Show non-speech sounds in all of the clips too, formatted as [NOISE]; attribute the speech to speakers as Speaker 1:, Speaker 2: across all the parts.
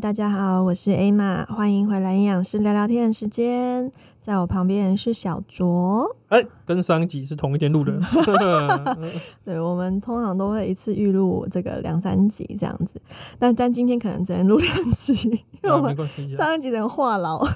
Speaker 1: 大家好，我是 A 玛，欢迎回来营养师聊聊天的时间。在我旁边是小卓。
Speaker 2: 哎、跟上一集是同一天
Speaker 1: [LAUGHS]
Speaker 2: 录的， [LAUGHS]
Speaker 1: 对，我们通常都会一次预录这个两三集这样子，但但今天可能只能录两集，因为我
Speaker 2: 啊没
Speaker 1: 们
Speaker 2: 关系啊。哎
Speaker 1: 上一集能话痨，
Speaker 2: 我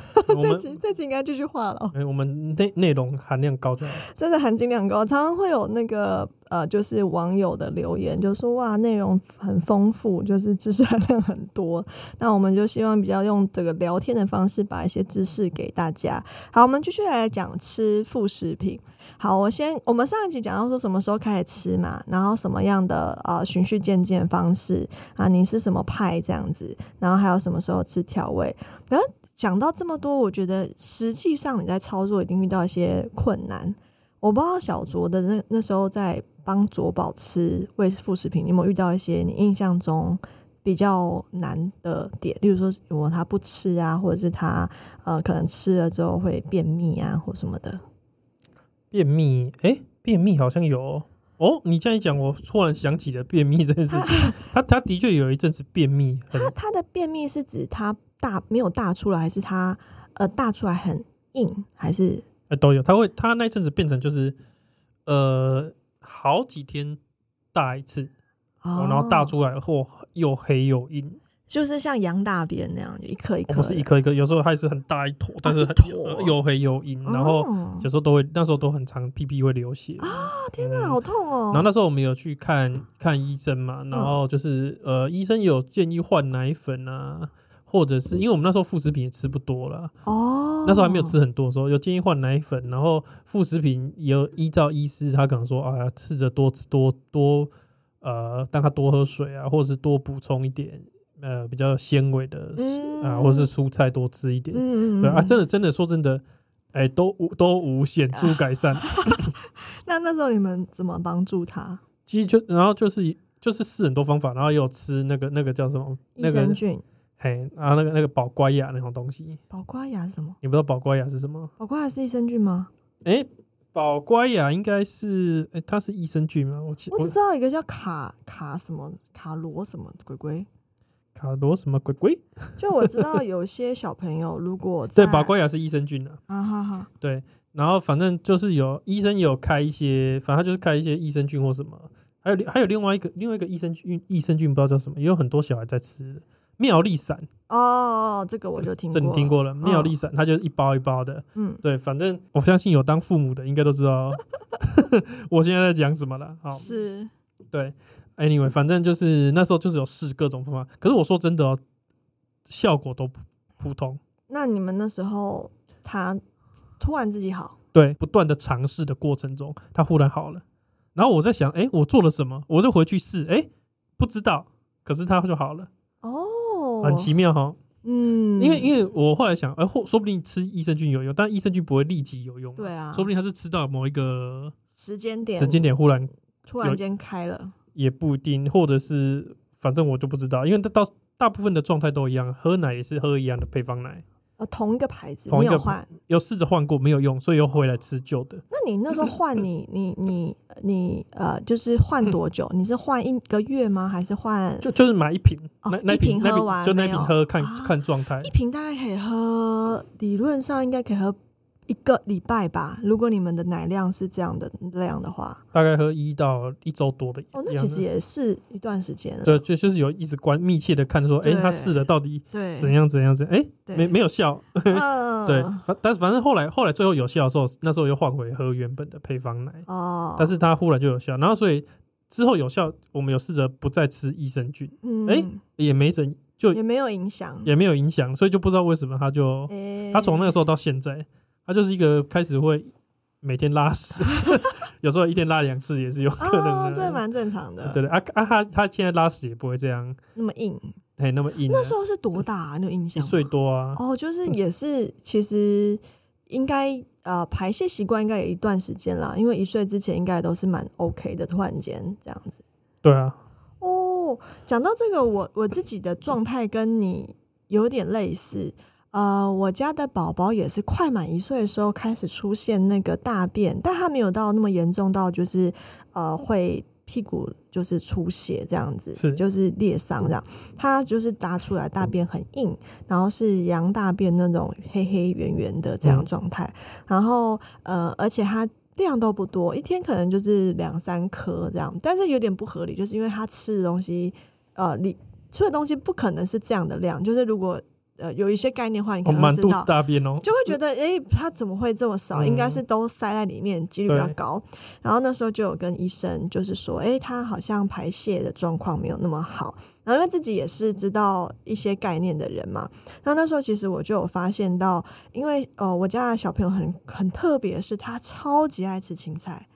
Speaker 1: 这
Speaker 2: 们
Speaker 1: 集这集应该继续话痨，
Speaker 2: 哎我们内内容含量高就好。
Speaker 1: 真的含金量高。常常会有那个呃，就是网友的留言，就说哇，内容很丰富，就是知识含 [LAUGHS] 量很多。那我们就希望比较用这个聊天的方式，把一些知识给大家。好，我们继续来讲吃副食品。好，我先，我们上一集讲到说什么时候开始吃嘛，然后什么样的呃循序渐进的方式啊，你是什么派这样子，然后还有什么时候吃调味，然后讲到这么多，我觉得实际上你在操作一定遇到一些困难。我不知道小卓的那那时候在帮卓宝吃喂副食品，你有没有遇到一些你印象中比较难的点？例如说，如果他不吃啊，或者是他呃可能吃了之后会便秘啊，或什么的。
Speaker 2: 便秘，哎、便秘好像有哦哦。你这样一讲，我突然想起了便秘这件事
Speaker 1: [LAUGHS]
Speaker 2: 情。他他的确有一阵子便秘，很
Speaker 1: 他他的便秘是指他大没有大出来，还是他呃大出来很硬，还是
Speaker 2: 呃都有。他会他那一阵子变成就是呃好几天大一次，哦然后大
Speaker 1: 哦
Speaker 2: 出来后又黑又硬，
Speaker 1: 就是像羊大便那样，一颗一
Speaker 2: 哦
Speaker 1: 颗的、
Speaker 2: 不是一颗一颗，有时候还是很大一坨，但是
Speaker 1: 一
Speaker 2: 很
Speaker 1: 坨
Speaker 2: 呃又黑又硬，然后。
Speaker 1: 哦
Speaker 2: 有时候都会，那时候都很长，屁屁会流血。
Speaker 1: 啊天哪，好痛哦！嗯
Speaker 2: 然后那时候我们有去看看医生嘛，然后就是、呃，医生有建议换奶粉啊，或者是因为我们那时候副食品也吃不多啦，
Speaker 1: 哦，
Speaker 2: 那时候还没有吃很多的时候，有建议换奶粉，然后副食品也有依照医师他可能说啊，试着多吃多多呃，让他多喝水啊，或者是多补充一点呃比较纤维的食、啊，或者是蔬菜多吃一点，
Speaker 1: 嗯嗯，嗯
Speaker 2: 对啊，真
Speaker 1: 的。
Speaker 2: 的真的说真的。哎，都无都无显
Speaker 1: 啊
Speaker 2: 著改善，
Speaker 1: 那那时候你们怎么帮助他？
Speaker 2: 其实就然后就是就是试很多方法，然后也有吃那个那个叫什么
Speaker 1: 益
Speaker 2: 那个
Speaker 1: 生菌、
Speaker 2: 嘿，然后那个那个保乖牙那种东西，
Speaker 1: 保瓜芽是什么？
Speaker 2: 你不知道保乖牙是什么？
Speaker 1: 保瓜芽是益生菌吗？
Speaker 2: 哎、保乖牙应该是哎、它是益生菌吗？我记
Speaker 1: 我
Speaker 2: 我
Speaker 1: 只知道一个叫卡卡什么卡罗什么鬼鬼，
Speaker 2: 卡罗什么鬼鬼？
Speaker 1: 就我知道有些小朋友如果
Speaker 2: [LAUGHS] 对，
Speaker 1: 在
Speaker 2: 保乖牙是益生菌啊，
Speaker 1: 啊哈哈，
Speaker 2: 对。然后反正就是有医生有开一些，反正他就是开一些益生菌或什么，还有另还有另外一个另外一个益生菌益生菌不知道叫什么，也有很多小孩在吃的妙丽散，
Speaker 1: 哦，这个我就听
Speaker 2: 这
Speaker 1: 过，
Speaker 2: 你听，过了？妙丽散它就是一包一包的，
Speaker 1: 嗯，
Speaker 2: 对，反正我相信有当父母的应该都知道哦 [LAUGHS] 我现在在讲什么了。好，
Speaker 1: 是
Speaker 2: 对，anyway，反正就是那时候就是有试各种方法，可是我说真的哦，效果都普普通。
Speaker 1: 那你们那时候他突然自己好，
Speaker 2: 对，不断的尝试的过程中，它忽然好了，然后我在想，哎、我做了什么？我就回去试，哎、不知道，可是它就好了，
Speaker 1: 哦，
Speaker 2: 很奇妙哈。
Speaker 1: 嗯，
Speaker 2: 因为因为我后来想，哎、或说不定吃益生菌有用，但益生菌不会立即有用、
Speaker 1: 对啊
Speaker 2: 说不定它是吃到某一个
Speaker 1: 时间点
Speaker 2: 时间点忽然
Speaker 1: 突然
Speaker 2: 有
Speaker 1: 间开了，
Speaker 2: 也不一定，或者是反正我就不知道，因为它到大部分的状态都一样，喝奶也是喝一样的配方奶，
Speaker 1: 呃，同一个牌子
Speaker 2: 同
Speaker 1: 没
Speaker 2: 一个
Speaker 1: 有
Speaker 2: 牌
Speaker 1: 换，
Speaker 2: 有试着换过没有用，所以又回来吃旧的。
Speaker 1: 那你那时候换
Speaker 2: [CLEARS THROAT]
Speaker 1: 你你你你呃，就是换多久？你是换一个月吗？还是换
Speaker 2: 嗯就就是买一瓶，
Speaker 1: 哦
Speaker 2: 那那
Speaker 1: 一瓶
Speaker 2: 那
Speaker 1: 喝完
Speaker 2: 瓶就那
Speaker 1: 没有
Speaker 2: 瓶喝看
Speaker 1: 啊
Speaker 2: 看状态
Speaker 1: 一，瓶？大概可以喝，理论上应该可以喝一个礼拜吧。如果你们的奶量是这样的量的话，
Speaker 2: 大概喝一到一周多的
Speaker 1: 哦，那
Speaker 2: 样
Speaker 1: 其
Speaker 2: 子
Speaker 1: 实也是一段时间了。
Speaker 2: 对，就就是有一直关密切的看说，哎，他
Speaker 1: 对
Speaker 2: 试了到底
Speaker 1: 对
Speaker 2: 怎样怎样怎样，
Speaker 1: 对
Speaker 2: 哎，没没有效，
Speaker 1: 嗯
Speaker 2: 对，反但是反正后来后来最后有效的时候，那时候又换回喝原本的配方奶。
Speaker 1: 哦，
Speaker 2: 但是它忽然就有效，然后所以之后有效，我们有试着不再吃益生菌，
Speaker 1: 嗯，
Speaker 2: 哎也没怎就
Speaker 1: 也没有影响。
Speaker 2: 也没有影响，所以就不知道为什么它就
Speaker 1: 哎
Speaker 2: 它从那个时候到现在，它就是一个开始会每天
Speaker 1: [LAUGHS]
Speaker 2: 拉屎，有时候一天拉两次也是有可
Speaker 1: 哦
Speaker 2: 能，
Speaker 1: 这
Speaker 2: 的，
Speaker 1: 蛮正常的，
Speaker 2: 对对啊啊它它现在拉屎也不会这样，
Speaker 1: 那么硬。
Speaker 2: 哎那么硬啊，
Speaker 1: 那时候是多大啊？你有印
Speaker 2: 一
Speaker 1: 象吗？
Speaker 2: 岁多啊，
Speaker 1: 哦，就是也是，其实应该呃排泄习惯应该有一段时间啦，因为一岁之前应该都是蛮 OK 的，突然间这样子。
Speaker 2: 对啊，
Speaker 1: 哦，讲到这个，我我自己的状态跟你有点类似。呃，我家的宝宝也是快满一岁的时候开始出现那个大便，但他没有到那么严重到就是呃会屁股就是出血这样子，
Speaker 2: 是
Speaker 1: 就是裂伤这样。它就是打出来大便很硬，然后是羊大便那种黑黑圆圆的这样
Speaker 2: 嗯
Speaker 1: 状态。然后呃，而且它量都不多，一天可能就是两三颗这样，但是有点不合理，就是因为它吃的东西呃，你吃的东西不可能是这样的量，就是如果。呃，有一些概念的话，你可
Speaker 2: 哦，
Speaker 1: 能
Speaker 2: 满
Speaker 1: 会知
Speaker 2: 肚
Speaker 1: 道，
Speaker 2: 子大便哦，
Speaker 1: 就会觉得，诶，它怎么会这么少？
Speaker 2: 嗯
Speaker 1: 应该是都塞在里面，几率比较
Speaker 2: 对
Speaker 1: 高。然后那时候就有跟医生就是说，诶，他好像排泄的状况没有那么好。然后因为自己也是知道一些概念的人嘛，那那时候其实我就有发现到，因为呃，我家的小朋友很很特别，是他超级爱吃青菜，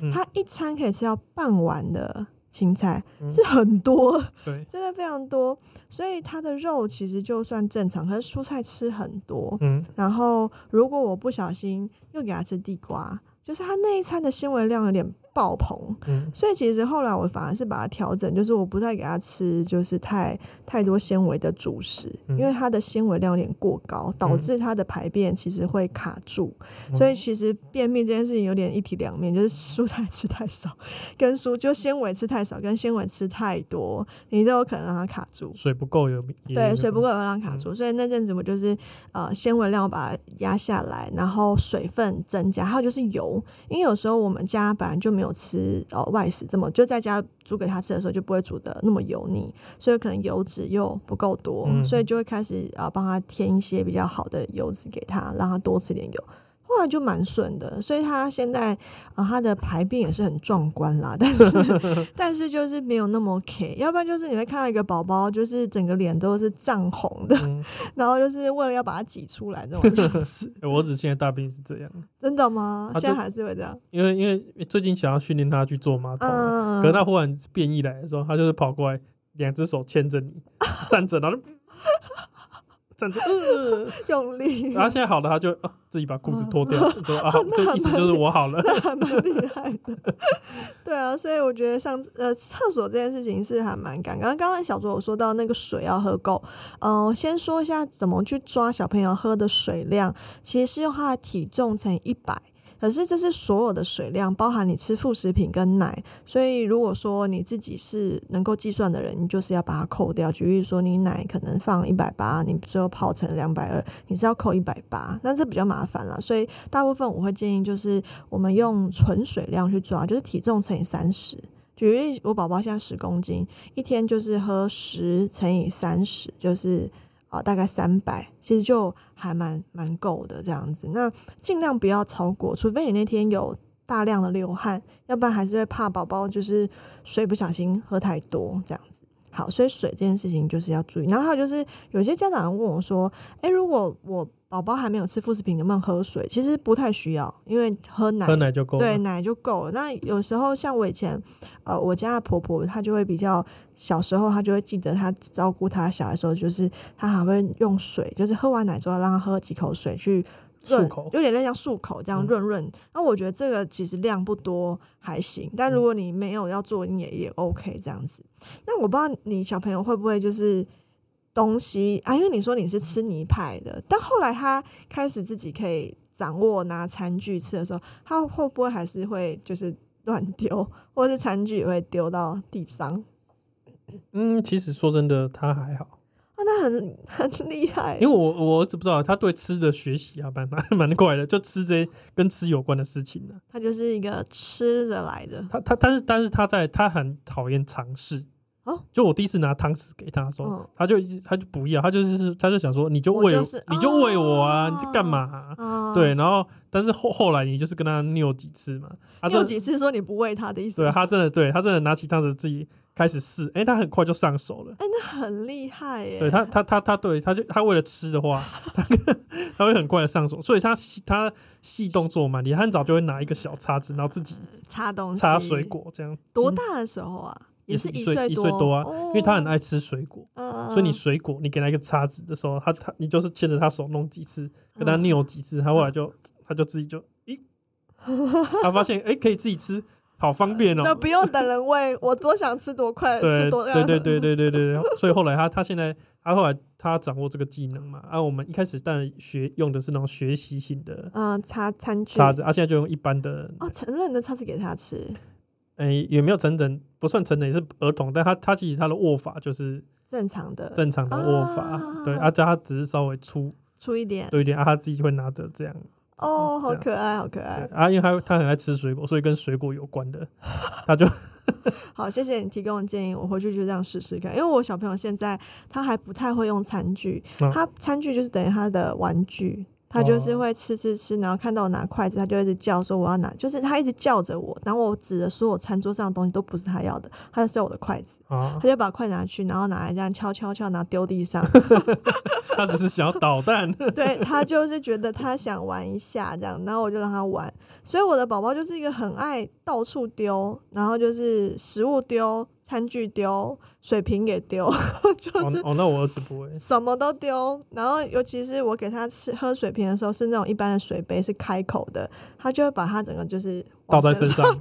Speaker 2: 嗯
Speaker 1: 他一餐可以吃到半碗的青菜，
Speaker 2: 嗯
Speaker 1: 是很多。 [LAUGHS]
Speaker 2: 对，
Speaker 1: 真的非常多，所以它的肉其实就算正常，可是蔬菜吃很多。
Speaker 2: 嗯，
Speaker 1: 然后如果我不小心又给他吃地瓜，就是他那一餐的纤维量有点爆棚。
Speaker 2: 嗯
Speaker 1: 所以其实后来我反而是把它调整，就是我不再给他吃就是太太多纤维的主食，
Speaker 2: 嗯
Speaker 1: 因为它的纤维量有点过高，导
Speaker 2: 嗯
Speaker 1: 致它的排便其实会卡住。
Speaker 2: 嗯
Speaker 1: 所以其实便秘这件事情有点一体两面，就是蔬菜吃太少， [LAUGHS] 跟蔬就纤维吃太少，跟纤维吃太多，你都有可能让它卡住。
Speaker 2: 水不够有，也
Speaker 1: 对，
Speaker 2: 有
Speaker 1: 水不够，有让它卡住，所以那阵子我就是呃纤维量把它压下来，然后水分增加，还有就是油，因为有时候我们家本来就没有吃呃外食这么，就在家煮给它吃的时候就不会煮的那么油腻，所以可能油脂又不够多，
Speaker 2: 嗯
Speaker 1: 所以就会开始呃帮它添一些比较好的油脂给它，让它多吃点油。后来就蛮顺的，所以它现在啊、呃，它的排便也是很壮观啦， [LAUGHS] 但
Speaker 2: [LAUGHS]
Speaker 1: 是但是就是没有那么 K，要不然就是你会看到一个宝宝，就是整个脸都是涨红的， [LAUGHS]
Speaker 2: 嗯，
Speaker 1: 然后就是为了要把它挤出来这种样子， [LAUGHS]
Speaker 2: 欸我儿子现在大便是这样，
Speaker 1: 真的吗？
Speaker 2: 他就
Speaker 1: 现在还是会这样？
Speaker 2: 因为因为最近想要训练他去做马桶啊，
Speaker 1: 嗯，
Speaker 2: 可是他忽然变异来的时候，他就是跑过来，两只手牵着你站着，然后就站着，呃，
Speaker 1: 用力，[LAUGHS]
Speaker 2: 然后现在好了，他就、啊、自己把裤
Speaker 1: 嗯
Speaker 2: 子脱掉，就啊，就意思就是我好了，
Speaker 1: 还蛮厉害的。 [LAUGHS] 对啊，所以我觉得上呃厕所这件事情是还蛮尴尬。刚刚小卓有说到那个水要喝够，嗯、先说一下怎么去抓小朋友喝的水量，其实是用他的体重乘以一百。可是这是所有的水量，包含你吃副食品跟奶，所以如果说你自己是能够计算的人，你就是要把它扣掉。举例说，你奶可能放一百八，你最后泡成两百二，你是要扣一百八，那这比较麻烦了。所以大部分我会建议就是我们用纯水量去抓，就是体重乘以三十。举例，我宝宝现在十公斤，一天就是喝十乘以三十，就是啊、呃大概三百，其实就还蛮蛮够的这样子。那尽量不要超过，除非你那天有大量的流汗，要不然还是会怕宝宝就是水不小心喝太多这样子。好，所以水这件事情就是要注意。然后还有就是，有些家长问我说：“诶，如果我宝宝还没有吃副食品，能不能喝水？”其实不太需要，因为喝奶
Speaker 2: 喝奶就够
Speaker 1: 对
Speaker 2: 了。
Speaker 1: 奶就够了。那有时候像我以前，呃，我家的婆婆她就会比较小时候，她就会记得她照顾她小孩的时候，就是她还会用水，就是喝完奶之后让她喝几口水去。润
Speaker 2: 漱口
Speaker 1: 有点类像漱口这样
Speaker 2: 嗯
Speaker 1: 润润，那、我觉得这个其实量不多还行，但
Speaker 2: 嗯
Speaker 1: 如果你没有要做，你也也 OK 这样子。那我不知道你小朋友会不会就是东西啊？因为你说你是吃泥派的，但后来他开始自己可以掌握拿餐具吃的时候，他会不会还是会就是乱丢，或是餐具也会丢到地上？
Speaker 2: 嗯，其实说真的，他还好，
Speaker 1: 啊，那很 [LAUGHS] 很厉害
Speaker 2: 因为我我儿子不知道他对吃的学习啊，蛮蛮快的，就吃这些跟吃有关的事情啊。
Speaker 1: 他就是一个吃着来的，
Speaker 2: 他他但是但是他在他很讨厌尝试。
Speaker 1: 哦
Speaker 2: 就我第一次拿汤匙给他的时候，
Speaker 1: 嗯
Speaker 2: 他就一他就不要，他就是他就想说，你就
Speaker 1: 我
Speaker 2: 喂
Speaker 1: 就是
Speaker 2: 你就喂我啊，你在干嘛啊、
Speaker 1: 啊，
Speaker 2: 对，，然后但是后后来你就是跟他拗几次嘛，他
Speaker 1: 你有
Speaker 2: 真
Speaker 1: 几
Speaker 2: 的
Speaker 1: 次说你不喂他的意思？
Speaker 2: 对啊他真的对他真的拿起汤匙自己开始试，哎，他很快就上手了。
Speaker 1: 哎、那很厉害耶！
Speaker 2: 对他，他他他对他就他为了吃的话，他他会很快的上手，所以他细他细动作蛮厉害，他很早就会拿一个小叉子，然后自己
Speaker 1: 擦东西、
Speaker 2: 擦水，果这样。
Speaker 1: 嗯多？大的时候啊？
Speaker 2: 也
Speaker 1: 是
Speaker 2: 是
Speaker 1: 一
Speaker 2: 一岁一
Speaker 1: 多
Speaker 2: 岁多啊
Speaker 1: 哦、
Speaker 2: 因为他很爱吃水果，
Speaker 1: 嗯，
Speaker 2: 所以你
Speaker 1: 嗯
Speaker 2: 水果你给他一个叉子的时候，他他你就是牵着他手弄几次，跟
Speaker 1: 嗯
Speaker 2: 他扭几次，他后来就他就自己就
Speaker 1: [LAUGHS]
Speaker 2: 咦，他发现哎、诶可以自己吃，好方便哦、
Speaker 1: 那不用等人喂，我多想吃多快吃
Speaker 2: 对
Speaker 1: 多，
Speaker 2: 对对对对对对对，所以后来他他现在他后来他掌握这个技能嘛，啊，我们一开始当然学用的是那种学习型的
Speaker 1: [LAUGHS] 嗯，擦餐具哦
Speaker 2: 叉子，啊，现在就用一般的，
Speaker 1: 哦，成人的叉子给他吃，
Speaker 2: 哎、也没有成人，不算成人，也是儿童，但他他其实他的握法就是
Speaker 1: 正常的，
Speaker 2: 正常的握法，
Speaker 1: 啊
Speaker 2: 对，啊，他只是稍微粗
Speaker 1: 粗一点
Speaker 2: 多一点，啊，他自己会拿着这样，
Speaker 1: 哦，
Speaker 2: 嗯这
Speaker 1: 好
Speaker 2: 样
Speaker 1: 可爱，好可
Speaker 2: 对
Speaker 1: 爱。
Speaker 2: 啊，因为他他很爱吃水果，所以跟水果有关的，他
Speaker 1: [LAUGHS]
Speaker 2: 就
Speaker 1: 好，谢谢你提供的建议，我回去就这样试试看。因为我小朋友现在他还不太会用餐具，
Speaker 2: 嗯
Speaker 1: 他餐具就是等于他的玩具。他就是
Speaker 2: 哦
Speaker 1: 会吃吃吃，然后看到我拿筷子，他就一直叫说我要拿，就是他一直叫着我，然后我指的所有餐桌上的东西都不是他要的，他就是要我的筷子，
Speaker 2: 啊
Speaker 1: 他，就把筷子拿去，然后拿来这样敲敲敲，然后丢地上。
Speaker 2: [LAUGHS] 他只是想要捣蛋，
Speaker 1: 对他就是觉得他想玩一下这样，然后我就让他玩。所以我的宝宝就是一个很爱到处丢，然后就是食物丢、餐具丢、水瓶给丢， [LAUGHS] [LAUGHS] 就
Speaker 2: 哦
Speaker 1: 是
Speaker 2: 哦，那我儿子不会，
Speaker 1: 什么都丢。然后尤其是我给他吃喝水瓶的时候，是那种一般的水杯是开口的，他就会把它整个就是
Speaker 2: 倒
Speaker 1: 往
Speaker 2: 在身
Speaker 1: 身
Speaker 2: 上，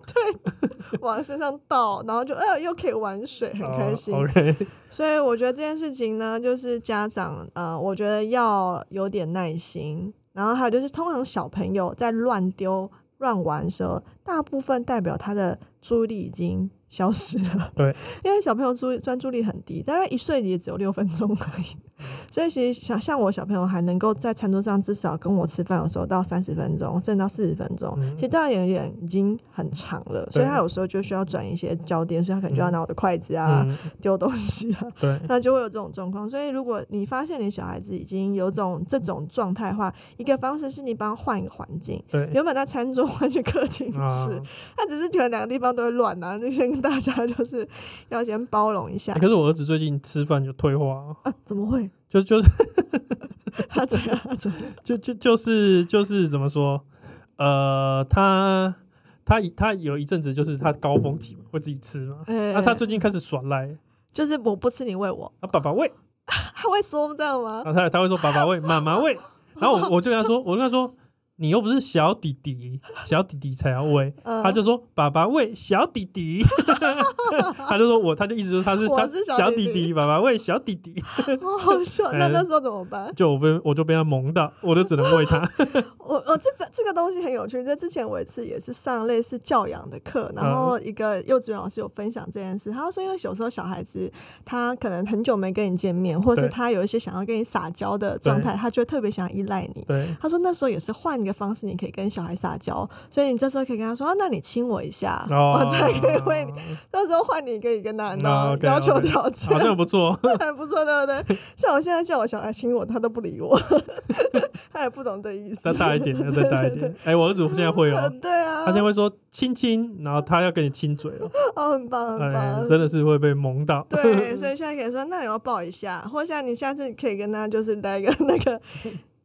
Speaker 1: [LAUGHS] 往身上倒，然后就哎、呦又可以玩水，很开心。
Speaker 2: 哦 OK，
Speaker 1: 所以我觉得这件事情呢，就是家长呃，我觉得要有点耐心。然后还有就是，通常小朋友在乱丢、乱玩的时候，大部分代表他的注意力已经消失了。
Speaker 2: 对，
Speaker 1: 因为小朋友注意专注力很低，大概一岁也只有六分钟而已。
Speaker 2: 嗯
Speaker 1: 所以其实像像我小朋友还能够在餐桌上至少跟我吃饭，有时候到三十分钟，甚至到四十分钟，
Speaker 2: 嗯
Speaker 1: 其实对他有点已经很长了。所以
Speaker 2: 对
Speaker 1: 他有时候就需要转一些焦点，所以他可能就要拿我的筷子 [LAUGHS] 啊，
Speaker 2: 嗯，
Speaker 1: 丢东西啊，
Speaker 2: 对，
Speaker 1: 那就会有这种状况。所以，如果你发现你小孩子已经有种这种状态的话，一个方式是你帮他换一个环境，
Speaker 2: 对，
Speaker 1: 原本在餐桌换去客厅吃，
Speaker 2: 啊，
Speaker 1: 他只是觉得两个地方都会乱啊，就先跟大家 [LAUGHS] 就是要先包容一下
Speaker 2: 欸。可是我儿子最近吃饭有退化啊，
Speaker 1: 啊，怎么会？
Speaker 2: 就就是。
Speaker 1: 他怎样？他怎样？
Speaker 2: 就就就是就是怎么说？呃，他他他有一阵子就是他高峰期嘛，会自己吃嘛。
Speaker 1: 哎
Speaker 2: [LAUGHS] 那、他最近开始耍赖，
Speaker 1: 就是我不吃，你喂我，
Speaker 2: 啊爸爸喂，
Speaker 1: 他会说这样吗？
Speaker 2: 然后他他会说爸爸喂，妈妈喂。然后我我就跟他说，我跟他说，你又不是小弟弟，小弟弟才要喂。
Speaker 1: 嗯
Speaker 2: 他就说爸爸喂小弟弟， [LAUGHS] 他就说我他就一直说他是
Speaker 1: 我
Speaker 2: 他
Speaker 1: 是小
Speaker 2: 小
Speaker 1: 弟
Speaker 2: 弟
Speaker 1: 弟
Speaker 2: 弟，爸爸喂小弟弟。
Speaker 1: 好好
Speaker 2: [LAUGHS]
Speaker 1: 笑。那
Speaker 2: 哎
Speaker 1: 那时候怎么办？
Speaker 2: 就我被我就被他萌到，我就只能喂他。 [LAUGHS]
Speaker 1: 我我这这这个东西很有趣，在之前我一次也是上类似教养的课，然后
Speaker 2: 嗯
Speaker 1: 一个幼稚园老师有分享这件事，他说因为有时候小孩子他可能很久没跟你见面，或是
Speaker 2: 对
Speaker 1: 他有一些想要跟你撒娇的状态，他就会特别想依赖你。
Speaker 2: 对，
Speaker 1: 他说那时候也是换一个方式，你可以跟小孩撒娇，所以你这时候可以跟他说，啊、那你亲我一下，
Speaker 2: 哦
Speaker 1: 我才可
Speaker 2: 啊
Speaker 1: 以喂你。
Speaker 2: 你，
Speaker 1: 那时候换你可以跟他
Speaker 2: 那
Speaker 1: 闹
Speaker 2: 哦 OK，
Speaker 1: 要求
Speaker 2: OK
Speaker 1: 条件，
Speaker 2: 好像不错。
Speaker 1: [LAUGHS] 很不错，对不对？像我现在叫我小孩亲我，他都不理我， [LAUGHS] 他也不懂这意思。
Speaker 2: 再大一点，要再大一点。哎、我儿子现在会
Speaker 1: 呃
Speaker 2: 哦、
Speaker 1: 对啊，
Speaker 2: 他现在会说亲亲，然后他要跟你亲嘴哦、
Speaker 1: 哦，很棒，很
Speaker 2: 哎、
Speaker 1: 棒。
Speaker 2: 真的是会被萌到。
Speaker 1: 对，
Speaker 2: [LAUGHS]
Speaker 1: 所以现在可以说，那你要抱一下，或像你下次可以跟他就是来一个 [LAUGHS] 那个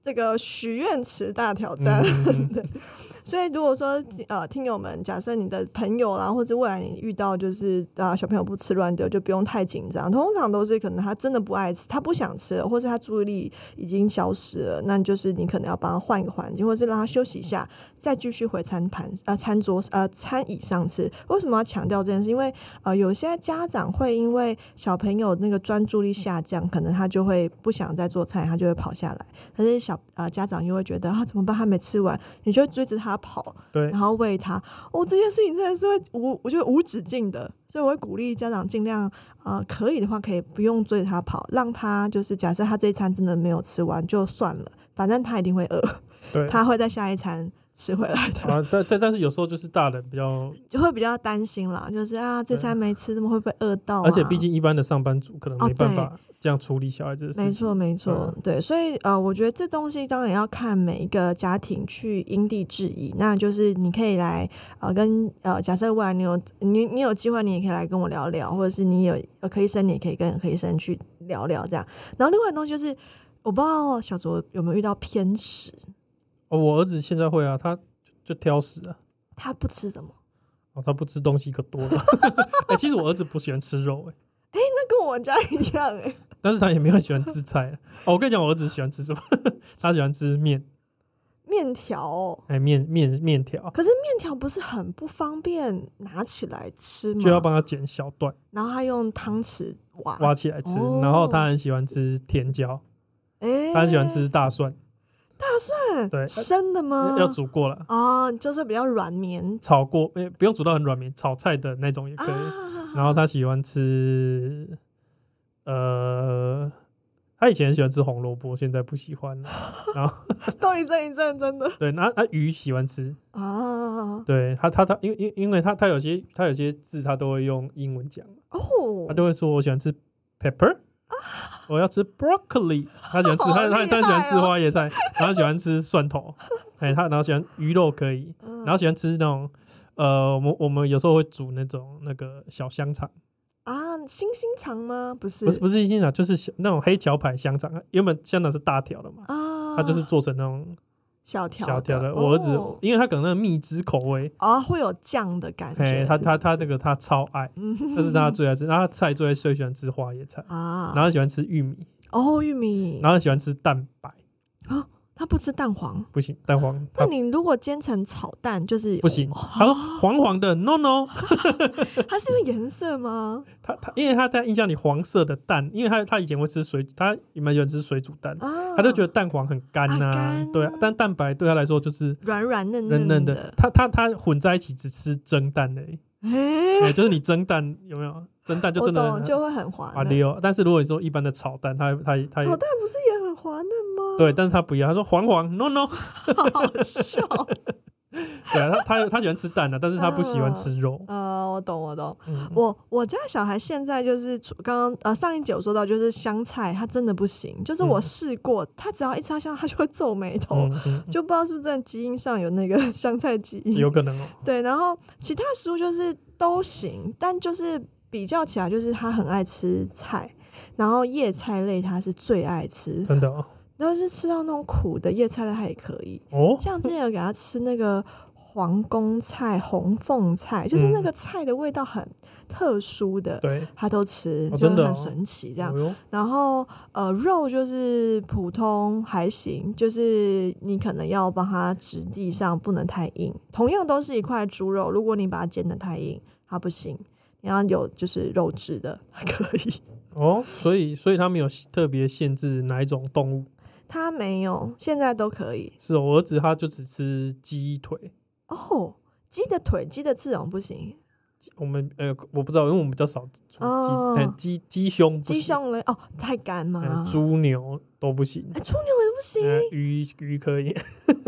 Speaker 1: 这个许愿池大挑战。
Speaker 2: 嗯
Speaker 1: 对，所以如果说呃，听友们，假设你的朋友啦，或者未来你遇到就是啊、小朋友不吃乱丢，就不用太紧张。通常都是可能他真的不爱吃，他不想吃了，或是他注意力已经消失了，那就是你可能要帮他换一个环境，或是让他休息一下，再继续回餐盘呃餐桌呃餐椅上吃。为什么要强调这件事？因为呃有些家长会因为小朋友那个专注力下降，可能他就会不想再做菜，他就会跑下来。可是小呃家长又会觉得啊怎么办，他没吃完，你就会追着他跑，
Speaker 2: 对
Speaker 1: 然后喂他。哦，这件事情真的是会无，我觉得无止境的。所以我会鼓励家长尽量，呃，可以的话可以不用追着他跑，让他就是假设他这一餐真的没有吃完就算了，反正他一定会饿，
Speaker 2: 对。
Speaker 1: 他会在下一餐吃回来的，
Speaker 2: 啊，对对，但是有时候就是大人比较，
Speaker 1: 就会比较担心啦，就是啊这
Speaker 2: 对
Speaker 1: 餐没吃，怎么会被饿到、啊？
Speaker 2: 而且毕竟一般的上班族可能
Speaker 1: 哦
Speaker 2: 没办法这样处理小孩子的事
Speaker 1: 没
Speaker 2: 情。嗯
Speaker 1: 错，没错，对，所以呃，我觉得这东西当然要看每一个家庭去因地制宜。那就是你可以来呃跟呃，假设未来你有你你有机会，你也可以来跟我聊聊，或者是你有呃科医生，你也可以跟科医生去聊聊这样。然后另外的东西就是，我不知道小卓有没有遇到偏食，
Speaker 2: 哦，我儿子现在会啊，他就挑食啊，
Speaker 1: 他不吃什么？
Speaker 2: 哦，他不吃东西可多了。 [LAUGHS] 哎、其实我儿子不喜欢吃肉、哎，
Speaker 1: 那跟我家一样
Speaker 2: [LAUGHS]
Speaker 1: 哎、
Speaker 2: 但是他也没有很喜欢吃菜、啊。哦，我跟你讲，我儿子喜欢吃什么？ [LAUGHS] 他喜欢吃面，
Speaker 1: 面条、哦。
Speaker 2: 哎、面面面条，
Speaker 1: 可是面条不是很不方便拿起来吃吗？
Speaker 2: 就要帮他剪小段。
Speaker 1: 然后他用汤匙挖，
Speaker 2: 挖起来吃。
Speaker 1: 哦
Speaker 2: 然后他很喜欢吃甜椒，
Speaker 1: 哎、
Speaker 2: 他很喜欢吃大蒜。
Speaker 1: 大蒜，是
Speaker 2: 对呃
Speaker 1: 生的吗？
Speaker 2: 要煮过了，
Speaker 1: 哦，就是比较软绵
Speaker 2: 炒过，诶、不用煮到很软绵，炒菜的那种也
Speaker 1: 啊
Speaker 2: 可以。。然后他喜欢吃，呃，他以前很喜欢吃红萝卜，现在不喜欢了。然后
Speaker 1: 都一阵一阵，真的
Speaker 2: 对，那他鱼喜欢吃，
Speaker 1: 啊。
Speaker 2: 对他他他，因为因为因为他他有些他有些字他都会用英文讲，
Speaker 1: 哦
Speaker 2: 他，就会说我喜欢吃 pepper，我要吃 broccoli，他喜欢吃
Speaker 1: 好
Speaker 2: 他他
Speaker 1: 厉
Speaker 2: 他喜欢
Speaker 1: 害
Speaker 2: 吃
Speaker 1: 哦
Speaker 2: 花椰菜，然后喜欢吃蒜头，哎他然后喜欢鱼肉可以，
Speaker 1: 然
Speaker 2: 然后喜欢吃那种呃，我们我们有时候会煮那种那个小香肠。
Speaker 1: 啊，星星肠吗？不是，
Speaker 2: 不是不是一斤肠，就是小那种黑荞牌香肠，原本香肠是大条的嘛，
Speaker 1: 啊，
Speaker 2: 它就是做成那种
Speaker 1: 小条
Speaker 2: 小条的。
Speaker 1: 的。
Speaker 2: 我儿子
Speaker 1: 哦，
Speaker 2: 因为他可能那个蜜汁口味，
Speaker 1: 啊，会有酱的感
Speaker 2: 嘿，
Speaker 1: 觉。
Speaker 2: 他他他那个他超爱，
Speaker 1: 嗯
Speaker 2: 这是他最爱吃。然后他菜最最喜欢吃花椰菜，
Speaker 1: 啊，
Speaker 2: 然后喜欢吃玉米，
Speaker 1: 哦，玉米，
Speaker 2: 然后喜欢吃蛋白，
Speaker 1: 他不吃蛋黄。
Speaker 2: 不行，蛋黄
Speaker 1: 那
Speaker 2: 他
Speaker 1: 你如哦果煎成炒蛋，就是
Speaker 2: 不行。他说黄黄的，no no，
Speaker 1: 它是因为颜色吗？
Speaker 2: 他他因为他在印象里黄色的蛋，因为他他以前会吃水，他原本喜欢吃水煮蛋，
Speaker 1: 啊，
Speaker 2: 他就觉得蛋黄很干
Speaker 1: 啊
Speaker 2: 呐
Speaker 1: 干，
Speaker 2: 对啊，但蛋白对他来说就是。
Speaker 1: 软软嫩
Speaker 2: 嫩
Speaker 1: 嫩
Speaker 2: 嫩的，。它它它混在一起只吃蒸蛋的、 [LAUGHS] 欸
Speaker 1: 哎，
Speaker 2: 就是你蒸蛋有没有？蒸蛋就
Speaker 1: 我
Speaker 2: 真的
Speaker 1: 懂，
Speaker 2: 很
Speaker 1: 就会很滑
Speaker 2: 啊
Speaker 1: 嫩。
Speaker 2: 溜。但是如果你说一般的炒蛋，它它它也
Speaker 1: 炒蛋不是也很滑嫩吗？
Speaker 2: 对，但是它不一样。他说黄黄 no no，
Speaker 1: 好笑。
Speaker 2: [LAUGHS] 对啊，他他他喜欢吃蛋啊，但是他不喜欢吃肉。
Speaker 1: [LAUGHS] 呃，我懂，我懂。
Speaker 2: 嗯，
Speaker 1: 嗯我我家小孩现在就是除刚刚呃上一节有说到，就是香菜他真的不行，就是我
Speaker 2: 嗯
Speaker 1: 试过，他只要一插香他就会皱眉头，
Speaker 2: 嗯嗯嗯
Speaker 1: 就不知道是不是真的基因上有那个香菜基因。
Speaker 2: 有可能哦、
Speaker 1: [LAUGHS] 对，然后其他食物就是都行，但就是比较起来，就是他很爱吃菜，然后叶菜类他是最爱吃，
Speaker 2: 真的哦、
Speaker 1: 然后是吃到那种苦的叶菜类他也可以，
Speaker 2: 哦，
Speaker 1: 像之前有给他吃那个皇宫菜、红凤菜，就是那个菜的味道很特殊的，
Speaker 2: 嗯对，
Speaker 1: 他都吃，
Speaker 2: 哦
Speaker 1: 就
Speaker 2: 真的
Speaker 1: 很
Speaker 2: 哦
Speaker 1: 神奇这样。
Speaker 2: 哦哟，
Speaker 1: 然后呃，肉就是普通还行，就是你可能要帮他质地上不能太硬。同样都是一块猪肉，如果你把它煎的太硬，它不行。你要有就是肉质的，它可以。
Speaker 2: 哦，所以所以他们有特别限制哪一种动物？
Speaker 1: 它没有，现在都可以
Speaker 2: 是哦、我儿子他就只吃鸡腿。
Speaker 1: 哦。鸡的腿、鸡的翅膀不行，
Speaker 2: 我们呃，我不知道，因为我们比较少煮鸡，
Speaker 1: 哦
Speaker 2: 哎鸡鸡胸，
Speaker 1: 鸡。胸嘞哦，太干嘛
Speaker 2: 嗯，？猪牛都不行，
Speaker 1: 哎，猪牛也不行、
Speaker 2: 嗯，鱼鱼可以，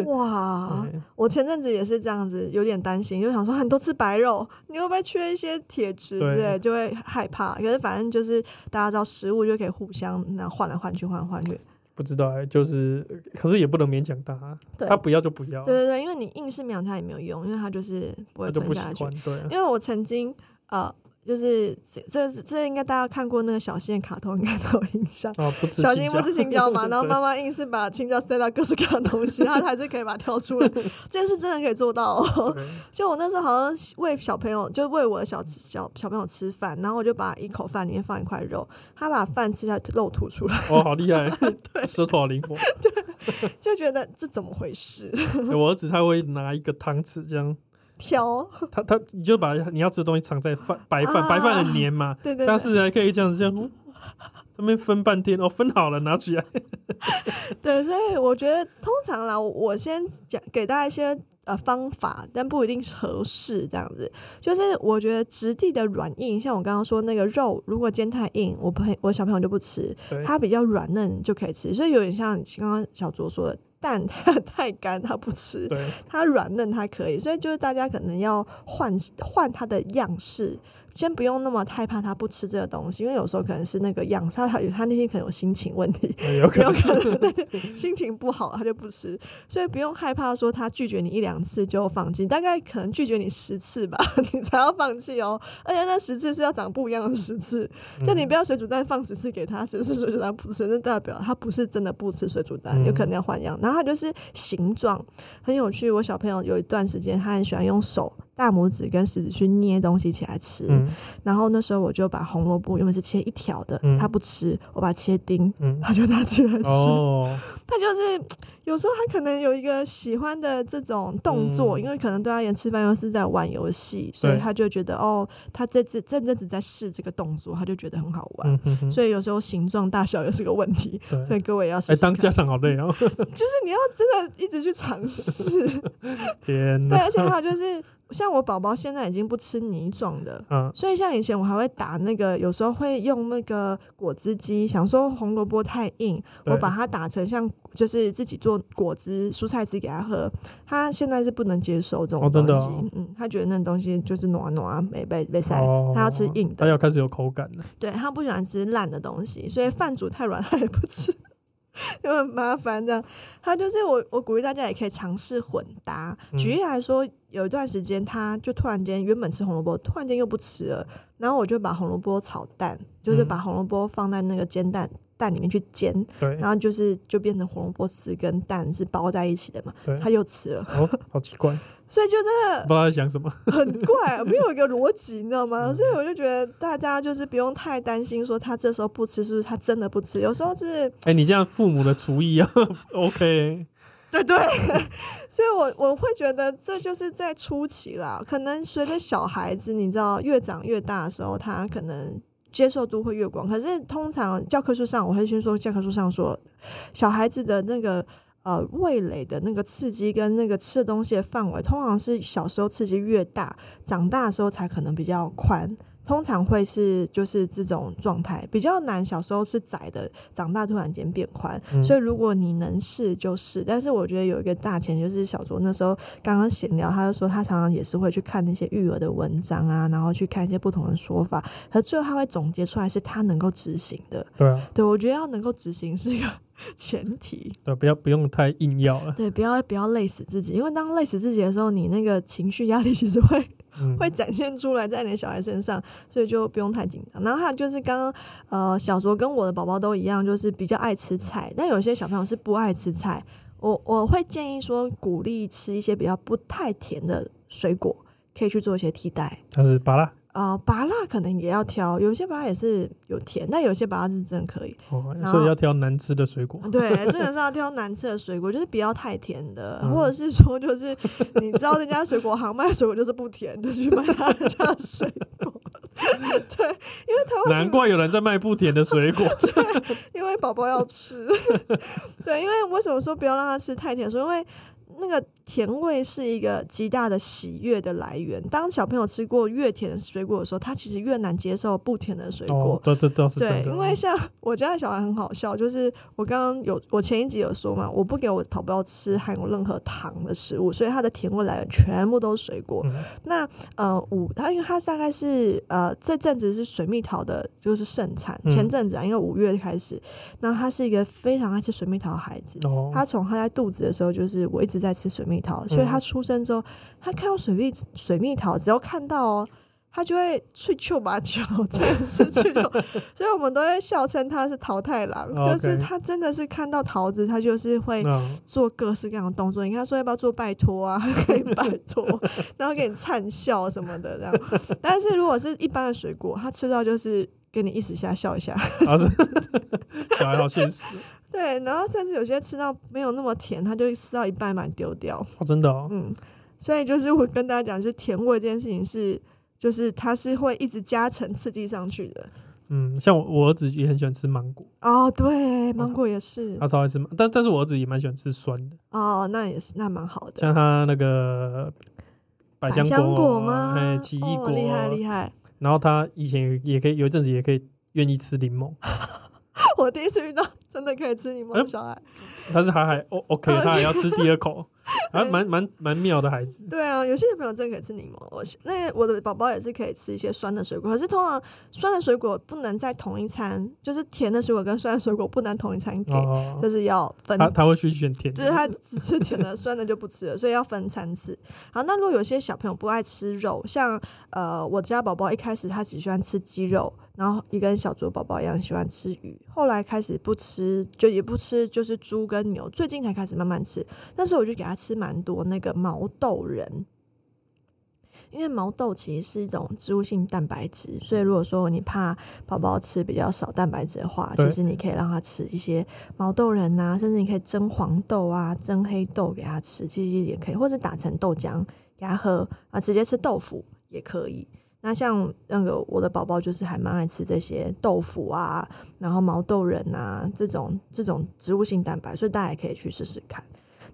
Speaker 1: 哇！
Speaker 2: 嗯
Speaker 1: 我前阵子也是这样子，有点担心，就想说啊你都吃白肉，你会不会缺一些铁质之
Speaker 2: 对
Speaker 1: 类的，就会害怕。可是反正就是大家知道，食物就可以互相那换来换去，换来换去。
Speaker 2: [LAUGHS] 不知道哎，就是，可是也不能勉强他，
Speaker 1: 对
Speaker 2: 他不要就不要，
Speaker 1: 对对对，因为你硬是勉强它也没有用，因为它就是不
Speaker 2: 他
Speaker 1: 会
Speaker 2: 就不
Speaker 1: 吞
Speaker 2: 喜
Speaker 1: 下去
Speaker 2: 欢。，对啊， [LAUGHS]
Speaker 1: 因为我曾经呃，就是这这这应该大家看过那个小新的卡通，应该都有印象。
Speaker 2: 啊，不吃
Speaker 1: 小
Speaker 2: 青
Speaker 1: 新
Speaker 2: 椒
Speaker 1: 不吃青椒嘛，然后
Speaker 2: 对
Speaker 1: 妈妈硬是把青椒塞到各式各样的东西，他还是可以把它挑出来，这件事真的可以做到哦。
Speaker 2: 对
Speaker 1: 就我那时候好像喂小朋友，就喂我的小小小朋友吃饭，然后我就把一口饭里面放一块肉，他把饭吃下去肉吐出来，
Speaker 2: 哦，好
Speaker 1: [LAUGHS]
Speaker 2: 厉害，舌头好灵活。
Speaker 1: 就觉得这怎么回事？
Speaker 2: 哎我儿子他会拿一个汤匙这样，
Speaker 1: 挑，
Speaker 2: 他他你就把你要吃的东西藏在饭白饭
Speaker 1: 啊
Speaker 2: 白饭很黏嘛，
Speaker 1: [LAUGHS] 对对
Speaker 2: 但
Speaker 1: 对
Speaker 2: 是还可以这样子这样，他们分半天哦，分好了拿起
Speaker 1: [LAUGHS]
Speaker 2: 来，
Speaker 1: 对，所以我觉得通常啦，我我先讲给大家一些呃方法，但不一定合适这样子。就是我觉得质地的软硬，像我刚刚说那个肉，如果煎太硬，我朋我小朋友就不吃，
Speaker 2: 对
Speaker 1: 它比较软嫩就可以吃，所以有点像刚刚小卓说的。蛋 [LAUGHS] 它太干，它不吃。
Speaker 2: 对，
Speaker 1: 它软嫩它可以，所以就是大家可能要换换它的样式，先不用那么害怕它不吃这个东西，因为有时候可能是那个样式，它它那天可能有心情问题，
Speaker 2: 哎有可
Speaker 1: 有
Speaker 2: 能
Speaker 1: 可能那天心情不好它就不吃，所以不用害怕说它拒绝你一两次就放弃，大概可能拒绝你十次吧， [LAUGHS] 你才要放弃哦，而且那十次是要长不一样的十次，
Speaker 2: 嗯
Speaker 1: 就你不要水煮蛋放十次给他，十次水煮蛋不吃，那代表他不是真的不吃水煮蛋，
Speaker 2: 嗯
Speaker 1: 有可能要换样。然后他就是形状很有趣，我小朋友有一段时间他很喜欢用手大拇指跟食指去捏东西起来吃。
Speaker 2: 嗯
Speaker 1: 然后那时候我就把红萝卜原本是切一条的，
Speaker 2: 嗯
Speaker 1: 他不吃，我把它切丁，
Speaker 2: 嗯，
Speaker 1: 他就拿起来吃。
Speaker 2: 哦，
Speaker 1: [LAUGHS] 他就是有时候他可能有一个喜欢的这种动作，
Speaker 2: 嗯
Speaker 1: 因为可能对他而言吃饭又是在玩游戏，所以
Speaker 2: 对
Speaker 1: 他就觉得哦，他这次这阵子在试这个动作，他就觉得很好玩。
Speaker 2: 嗯哼哼，
Speaker 1: 所以有时候形状大小也是个问题，所
Speaker 2: 对，
Speaker 1: 以各位也要试
Speaker 2: 哎，
Speaker 1: 试看。
Speaker 2: 当家长好累哦，
Speaker 1: 就是你要真的一直去尝试，
Speaker 2: [LAUGHS]
Speaker 1: 对，
Speaker 2: 天哪，
Speaker 1: 而且还有就是，像我宝宝现在已经不吃泥状的，
Speaker 2: 啊，
Speaker 1: 所以像以前我还会打那个，有时候会用那个果汁机，想说红萝卜太硬，
Speaker 2: 对
Speaker 1: 我把它打成像就是自己做果汁、蔬菜汁给他喝。他现在是不能接受这
Speaker 2: 哦
Speaker 1: 种
Speaker 2: 真
Speaker 1: 东
Speaker 2: 的
Speaker 1: 西，
Speaker 2: 哦
Speaker 1: 嗯，他觉得那种东西就是暖暖没被被塞，
Speaker 2: 哦，
Speaker 1: 他要吃硬
Speaker 2: 他
Speaker 1: 的，
Speaker 2: 要开始有口感了，
Speaker 1: 对他不喜欢吃烂的东西，所以饭煮太软他也不吃。 [LAUGHS] 就很麻烦，这样。他就是我，我鼓励大家也可以尝试混搭。
Speaker 2: 嗯
Speaker 1: 举例来说，有一段时间，他就突然间原本吃红萝卜，突然间又不吃了，然后我就把红萝卜炒蛋，就是
Speaker 2: 嗯
Speaker 1: 把红萝卜放在那个煎蛋蛋里面去煎，
Speaker 2: 对
Speaker 1: 然，后就是就变成红萝卜丝跟蛋是包在一起的嘛，
Speaker 2: 对，
Speaker 1: 他又吃了，
Speaker 2: 哦，好奇
Speaker 1: [LAUGHS]
Speaker 2: 怪，
Speaker 1: 所以就真的
Speaker 2: 不知道在想什么，
Speaker 1: [LAUGHS] 很怪，没有一个逻辑，你知道吗？
Speaker 2: 嗯
Speaker 1: 所以我就觉得大家就是不用太担心，说他这时候不吃是不是他真的不吃？有时候是，
Speaker 2: 哎，你这样父母的厨艺啊 [LAUGHS] ，OK，
Speaker 1: [LAUGHS] 对对，所以我我会觉得这就是在初期啦。可能随着小孩子，你知道越长越大的时候，他可能。接受度会越广，可是通常教科书上我会先说教科书上说，小孩子的那个呃味蕾的那个刺激跟那个吃的东西的范围，通常是小时候刺激越大，长大的时候才可能比较宽。通常会是就是这种状态比较难，小时候是窄的，长大突然间变宽。
Speaker 2: 嗯
Speaker 1: 所以如果你能试就试，但是我觉得有一个大前提就是小卓那时候刚刚闲聊，他就说他常常也是会去看那些育儿的文章啊，然后去看一些不同的说法，可最后他会总结出来是他能够执行的。
Speaker 2: 对啊，
Speaker 1: 对我觉得要能够执行是一个 [LAUGHS] 前提。
Speaker 2: 对，啊不要不用太硬要了，
Speaker 1: 对，不要不要累死自己，因为当累死自己的时候，你那个情绪压力其实会
Speaker 2: 嗯，
Speaker 1: 会展现出来在你的小孩身上，所以就不用太紧张。然后还有就是刚刚呃，小卓跟我的宝宝都一样，就是比较爱吃菜，但有些小朋友是不爱吃菜。我我会建议说，鼓励吃一些比较不太甜的水果，可以去做一些替代。
Speaker 2: 但是拔啦，
Speaker 1: 呃，拔辣可能也要挑，有些拔辣也是有甜，但有些拔辣是真的可以。
Speaker 2: 哦，
Speaker 1: 然
Speaker 2: 所以
Speaker 1: 后
Speaker 2: 要挑难吃的
Speaker 1: [LAUGHS]
Speaker 2: 水果，
Speaker 1: 对，真的是要挑难吃的水果，就是不要太甜的，
Speaker 2: 嗯
Speaker 1: 或者是说就是你知道那家水果行卖水果就是不甜，就去买他家的水果。对，因为台湾
Speaker 2: 难怪有人在卖不甜的水果，
Speaker 1: 因为宝宝要吃，对，因为为什么说不要让他吃太甜？说因为那个甜味是一个极大的喜悦的来源。当小朋友吃过越甜的水果的时候，他其实越难接受不甜 [LAUGHS] 的水果。
Speaker 2: 哦，这这倒是
Speaker 1: 对
Speaker 2: 真，的，
Speaker 1: 因为像我家的小孩很好笑，就是我刚刚有我前一集有说嘛，我不给我宝宝吃含有任何糖的食物，所以它的甜味来源全部都是水果。
Speaker 2: 嗯
Speaker 1: 那呃五，它因为它大概是呃这阵子是水蜜桃的，就是盛产。
Speaker 2: 嗯
Speaker 1: 前阵子啊，因为五月开始，那他是一个非常爱吃水蜜桃的孩子。
Speaker 2: 哦，
Speaker 1: 他从他在肚子的时候，就是我一直在吃水蜜桃，所以他出生之后，他看到水蜜水蜜桃，只要看到哦，他就会去球把 [LAUGHS] 球，真的是去球，所以我们都会笑称他是桃太郎，
Speaker 2: OK
Speaker 1: 就
Speaker 2: 嗯
Speaker 1: 是他真的是看到桃子，他就是会
Speaker 2: 那
Speaker 1: 做各式各样的动作。你看他说要不要做拜托啊， [LAUGHS] 可以拜托，然后给你灿笑什么的这样。但是如果是一般的水果，他吃到就是给你意思一下笑一下， [LAUGHS]
Speaker 2: 啊是 [LAUGHS] 小孩好现实，
Speaker 1: 对，然后甚至有些吃到没有那么甜，他就吃到一半把你丢掉。
Speaker 2: 哦，真的哦，
Speaker 1: 嗯，所以就是我跟大家讲，就是甜味这件事情是，就是它是会一直加成刺激上去的。
Speaker 2: 嗯，像我我儿子也很喜欢吃芒果，
Speaker 1: 哦，对，芒果也是。
Speaker 2: 他超爱吃芒，但但是我儿子也蛮喜欢吃酸的，
Speaker 1: 哦，那也是，那蛮好的。
Speaker 2: 像他那个百香
Speaker 1: 香
Speaker 2: 果
Speaker 1: 果吗？
Speaker 2: 哎，奇异果，
Speaker 1: 哦厉害厉害！ [LAUGHS]
Speaker 2: 然后他以前也可以有一阵子也可以愿意吃柠檬， [LAUGHS]
Speaker 1: 我第一次遇到真的可以吃柠檬
Speaker 2: 哎
Speaker 1: 的小孩。
Speaker 2: 但是他还 O OK，
Speaker 1: 嗯
Speaker 2: 他还要吃第二口，
Speaker 1: [LAUGHS]
Speaker 2: 还
Speaker 1: 对
Speaker 2: 蛮蛮蛮妙的孩子，
Speaker 1: 对啊，有些小朋友真的可以吃柠檬。我是那我的宝宝也是可以吃一些酸的水果，可是通常酸的水果不能在同一餐，就是甜的水果跟酸的水果不能同一餐给，
Speaker 2: 哦，
Speaker 1: 就是要分
Speaker 2: 他他会去选甜
Speaker 1: 就是
Speaker 2: 的，
Speaker 1: 他只吃甜的，酸的就不吃了，所以要分餐吃。好，那如果有些小朋友不爱吃肉，像呃我家宝宝一开始他只喜欢吃鸡肉，然后也跟小猪宝宝一样喜欢吃鱼，后来开始不吃，就也不吃就是猪跟牛，最近才开始慢慢吃。那时候我就给他吃蛮多那个毛豆仁。因为毛豆其实是一种植物性蛋白质，所以如果说你怕宝宝吃比较少蛋白质的话，
Speaker 2: 对
Speaker 1: 其实你可以让他吃一些毛豆仁啊，甚至你可以蒸黄豆啊、蒸黑豆给他吃，其实也可以，或者打成豆浆给他喝啊，直接吃豆腐也可以。那像那个我的宝宝就是还蛮爱吃这些豆腐啊，然后毛豆仁啊这种这种植物性蛋白，所以大家也可以去试试看。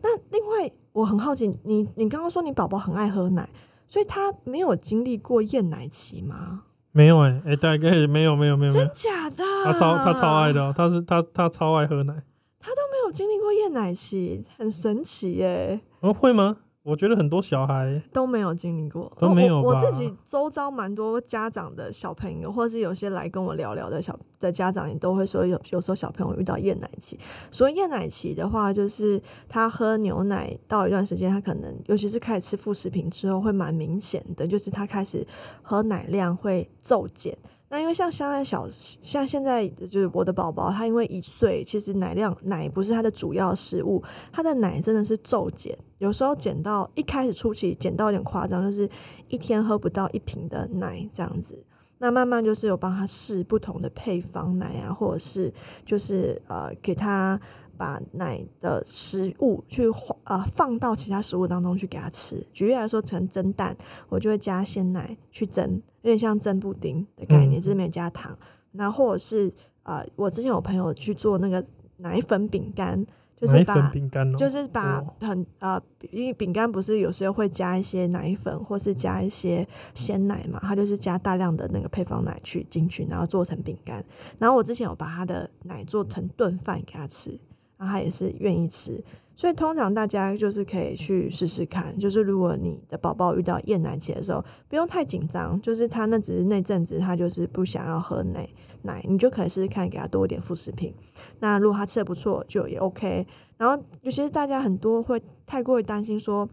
Speaker 1: 那另外我很好奇，你你刚刚说你宝宝很爱喝奶，所以他没有经历过厌奶期吗？
Speaker 2: 没有哎、哎、大概没有没有没有没有
Speaker 1: 真，假的？啊
Speaker 2: 他超他超爱的、哦，他是他他超爱喝奶。
Speaker 1: 他都没有经历过厌奶期，很神奇耶、
Speaker 2: 哦，会吗？我觉得很多小孩
Speaker 1: 都没有经历过，
Speaker 2: 都没有
Speaker 1: 我我。
Speaker 2: 吧
Speaker 1: 我自己周遭蛮多家长的小朋友，或是有些来跟我聊聊的小的家长，也都会说有有时候小朋友遇到厌奶期。所以厌奶期的话，就是他喝牛奶到一段时间，他可能尤其是开始吃副食品之后，会蛮明显的，就是他开始喝奶量会骤减。那因为像现在小像现在就是我的宝宝，他因为一岁，其实奶量奶不是他的主要食物，他的奶真的是骤减，有时候减到一开始初期减到有点夸张，就是一天喝不到一瓶的奶这样子。那慢慢就是有帮他试不同的配方奶啊，或者是就是呃给他把奶的食物去化呃放到其他食物当中去给他吃。举例来说，成蒸蛋，我就会加鲜奶去蒸，有点像蒸布丁的概念，
Speaker 2: 嗯
Speaker 1: 只是没有加糖。那或者是呃，我之前有朋友去做那个奶粉饼干，就是
Speaker 2: 奶
Speaker 1: 把
Speaker 2: 粉饼干哦，
Speaker 1: 就是把
Speaker 2: 哦
Speaker 1: 很呃，因为饼干不是有时候会加一些奶粉或是加一些鲜奶嘛，它就是加大量的那个配方奶去进去，然后做成饼干。然后我之前有把它的奶做成炖饭给他吃，然后他也是愿意吃。所以通常大家就是可以去试试看，就是如果你的宝宝遇到厌奶期的时候，不用太紧张，就是他那只是那阵子他就是不想要喝奶奶，你就可以试试看，给他多一点副食品。那如果他吃的不错，就也 OK。然后尤其是大家很多会太过于担心说。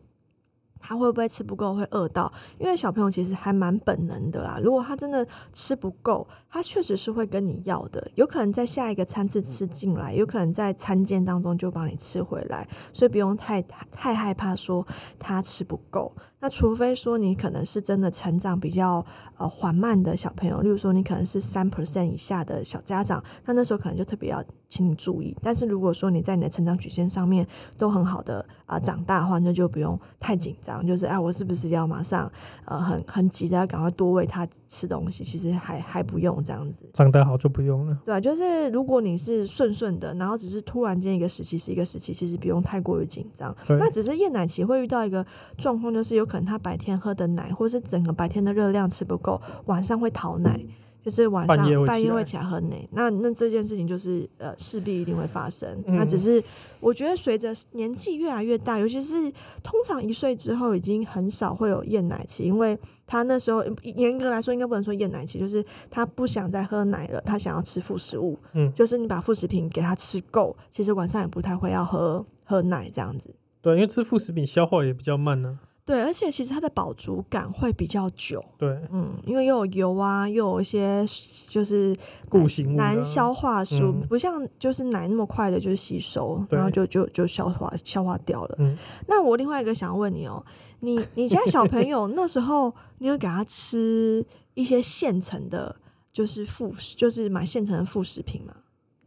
Speaker 1: 他会不会吃不够，会饿到？因为小朋友其实还蛮本能的啦。如果他真的吃不够，他确实是会跟你要的，有可能在下一个餐次吃进来，有可能在餐间当中就帮你吃回来，所以不用太太害怕说他吃不够。那除非说你可能是真的成长比较呃缓慢的小朋友，例如说你可能是三 percent 以下的小家长，那那时候可能就特别要请你注意。但是如果说你在你的成长曲线上面都很好的啊、长大的话，那就不用太紧张，就是哎、我是不是要马上呃很很急的要赶快多喂他吃东西？其实还还不用这样子。
Speaker 2: 长得好就不用了。
Speaker 1: 对啊，就是如果你是顺顺的，然后只是突然间一个时期是一个时期，其实不用太过于紧张。
Speaker 2: 对
Speaker 1: 那只是厌奶期会遇到一个状况，就是有可能他白天喝的奶，或是整个白天的热量吃不够，晚上会讨奶，就是晚上
Speaker 2: 嗯半夜会起来
Speaker 1: 会起来喝奶。那那这件事情就是呃，势必一定会发生。
Speaker 2: 嗯
Speaker 1: 那只是我觉得随着年纪越来越大，尤其是通常一岁之后，已经很少会有厌奶期，因为他那时候严格来说应该不能说厌奶期，就是他不想再喝奶了，他想要吃副食物。
Speaker 2: 嗯
Speaker 1: 就是你把副食品给他吃够，其实晚上也不太会要喝喝奶这样子。
Speaker 2: 对，因为吃副食品消化也比较慢啊呢、
Speaker 1: 对，而且其实它的饱足感会比较久，
Speaker 2: 对，
Speaker 1: 嗯，因为又有油啊，又有一些就是
Speaker 2: 固形物啊
Speaker 1: 难消化的食物，
Speaker 2: 嗯
Speaker 1: 不像就是奶那么快的就是吸收，
Speaker 2: 对
Speaker 1: 然后就就就消化消化掉了。
Speaker 2: 嗯
Speaker 1: 那我另外一个想问你哦，你你家小朋友那时候，你有给他吃一些现成的，就是副食就是买现成的副食品吗？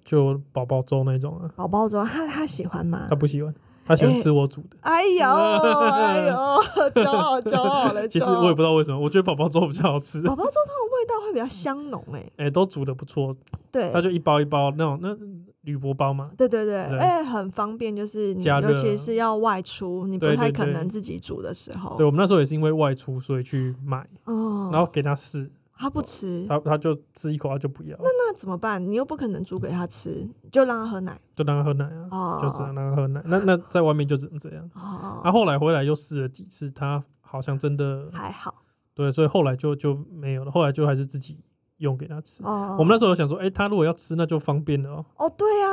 Speaker 2: 就宝宝粥那种啊，
Speaker 1: 宝宝之后他他喜欢吗
Speaker 2: 他？不喜欢，他喜欢吃我煮的。
Speaker 1: 哎呦哎呦， [LAUGHS] 骄傲骄傲了，
Speaker 2: [LAUGHS] 其实
Speaker 1: 骄傲
Speaker 2: 我也不知道为什么，我觉得宝宝粥比较好吃。
Speaker 1: 宝宝粥它的味道会比较香浓哎、
Speaker 2: 哎、都煮的不错，
Speaker 1: 对
Speaker 2: 它就一包一包那种那铝箔包嘛，
Speaker 1: 对对对，
Speaker 2: 对
Speaker 1: 哎、很方便，就是你
Speaker 2: 加热
Speaker 1: 尤其是要外出，你不
Speaker 2: 对对
Speaker 1: 太可
Speaker 2: 对
Speaker 1: 能自己煮的时候，
Speaker 2: 对我们那时候也是因为外出，所以去买，
Speaker 1: 哦，
Speaker 2: 然后啊给他试，
Speaker 1: 他不吃，
Speaker 2: 他他就吃一口他就不要，
Speaker 1: 那怎么办？你又不可能煮给他吃，就让他喝奶
Speaker 2: 就让他喝奶啊，
Speaker 1: 哦，
Speaker 2: 就只能让他喝奶。那那在外面就只能这样。啊
Speaker 1: 哦，
Speaker 2: 他、后来回来又试了几次，他好像真的
Speaker 1: 还好
Speaker 2: 对，所以后来就就没有了，后来就还是自己用给他吃。
Speaker 1: 哦。
Speaker 2: 我们那时候有想说，哎、他如果要吃，那就方便了哦、
Speaker 1: 哦，对啊，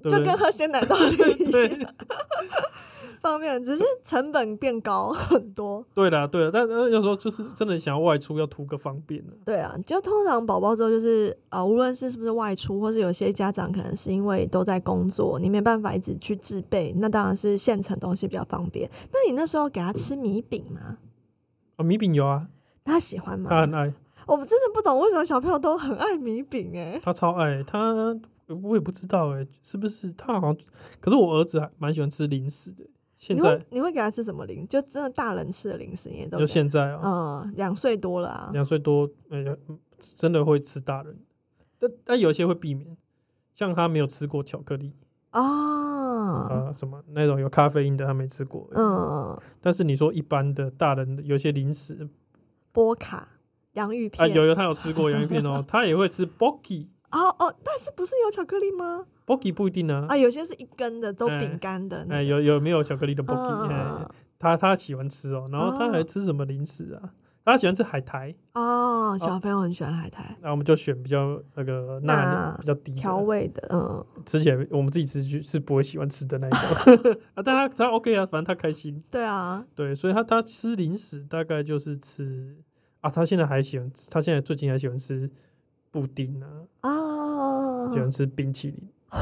Speaker 2: 对不
Speaker 1: 就
Speaker 2: 对
Speaker 1: 跟？喝鲜奶道理一
Speaker 2: 对
Speaker 1: [LAUGHS] 方面，只是成本变高很多。
Speaker 2: 对啦，对啦，但呃有时候就是真的想要外出，要图个方便呢、
Speaker 1: 对啊，就通常宝宝之后就是呃，无论是是不是外出，或是有些家长可能是因为都在工作，你没办法一直去制备，那当然是现成东西比较方便。那你那时候给他吃米饼吗？
Speaker 2: 啊，米饼有啊，
Speaker 1: 他喜欢吗？
Speaker 2: 他很爱，
Speaker 1: 我们真的不懂为什么小朋友都很爱米饼哎、
Speaker 2: 他超爱，他我也不知道哎、是不是他好像？可是我儿子还蛮喜欢吃零食的，现
Speaker 1: 你
Speaker 2: 在
Speaker 1: 会你会给他吃什么零？就真的大人吃的零食，你也都给
Speaker 2: 就现在啊，
Speaker 1: 嗯，两岁多了啊，
Speaker 2: 两岁多，呃，嗯真的会吃大人，但但有一些会避免，像他没有吃过巧克力啊、
Speaker 1: 啊，
Speaker 2: 呃什么那种有咖啡因的他没吃过，
Speaker 1: 嗯，
Speaker 2: 但是你说一般的大人的有些零食
Speaker 1: 波卡、洋芋
Speaker 2: 啊，
Speaker 1: 片，
Speaker 2: 有有他有吃过洋芋片
Speaker 1: [LAUGHS]
Speaker 2: 哦，他也会吃 b o k i
Speaker 1: 哦哦，但是不是有巧克力吗？
Speaker 2: b o k i 不一定啊，
Speaker 1: 啊，有些是一根的，都
Speaker 2: 哎
Speaker 1: 饼干的
Speaker 2: 哎、
Speaker 1: 那个，
Speaker 2: 有有没有巧克力的 b o k i 哎、
Speaker 1: 嗯
Speaker 2: 他他喜欢吃哦，然后他还吃什么零食啊？他喜欢吃海苔，
Speaker 1: 哦，小朋友很喜欢海苔，
Speaker 2: 然后我们就选比较那个钠
Speaker 1: 钠
Speaker 2: 比较低的
Speaker 1: 调味的，嗯，
Speaker 2: 吃起来我们自己吃去是不会喜欢吃的那一
Speaker 1: [LAUGHS]
Speaker 2: 种啊，但他他 OK 啊，反正他开心，
Speaker 1: 对啊，
Speaker 2: 对，所以他他吃零食大概就是吃啊，他现在还喜欢吃，他现在最近还喜欢吃布丁啊，
Speaker 1: 啊，
Speaker 2: 喜欢吃冰淇淋， [LAUGHS]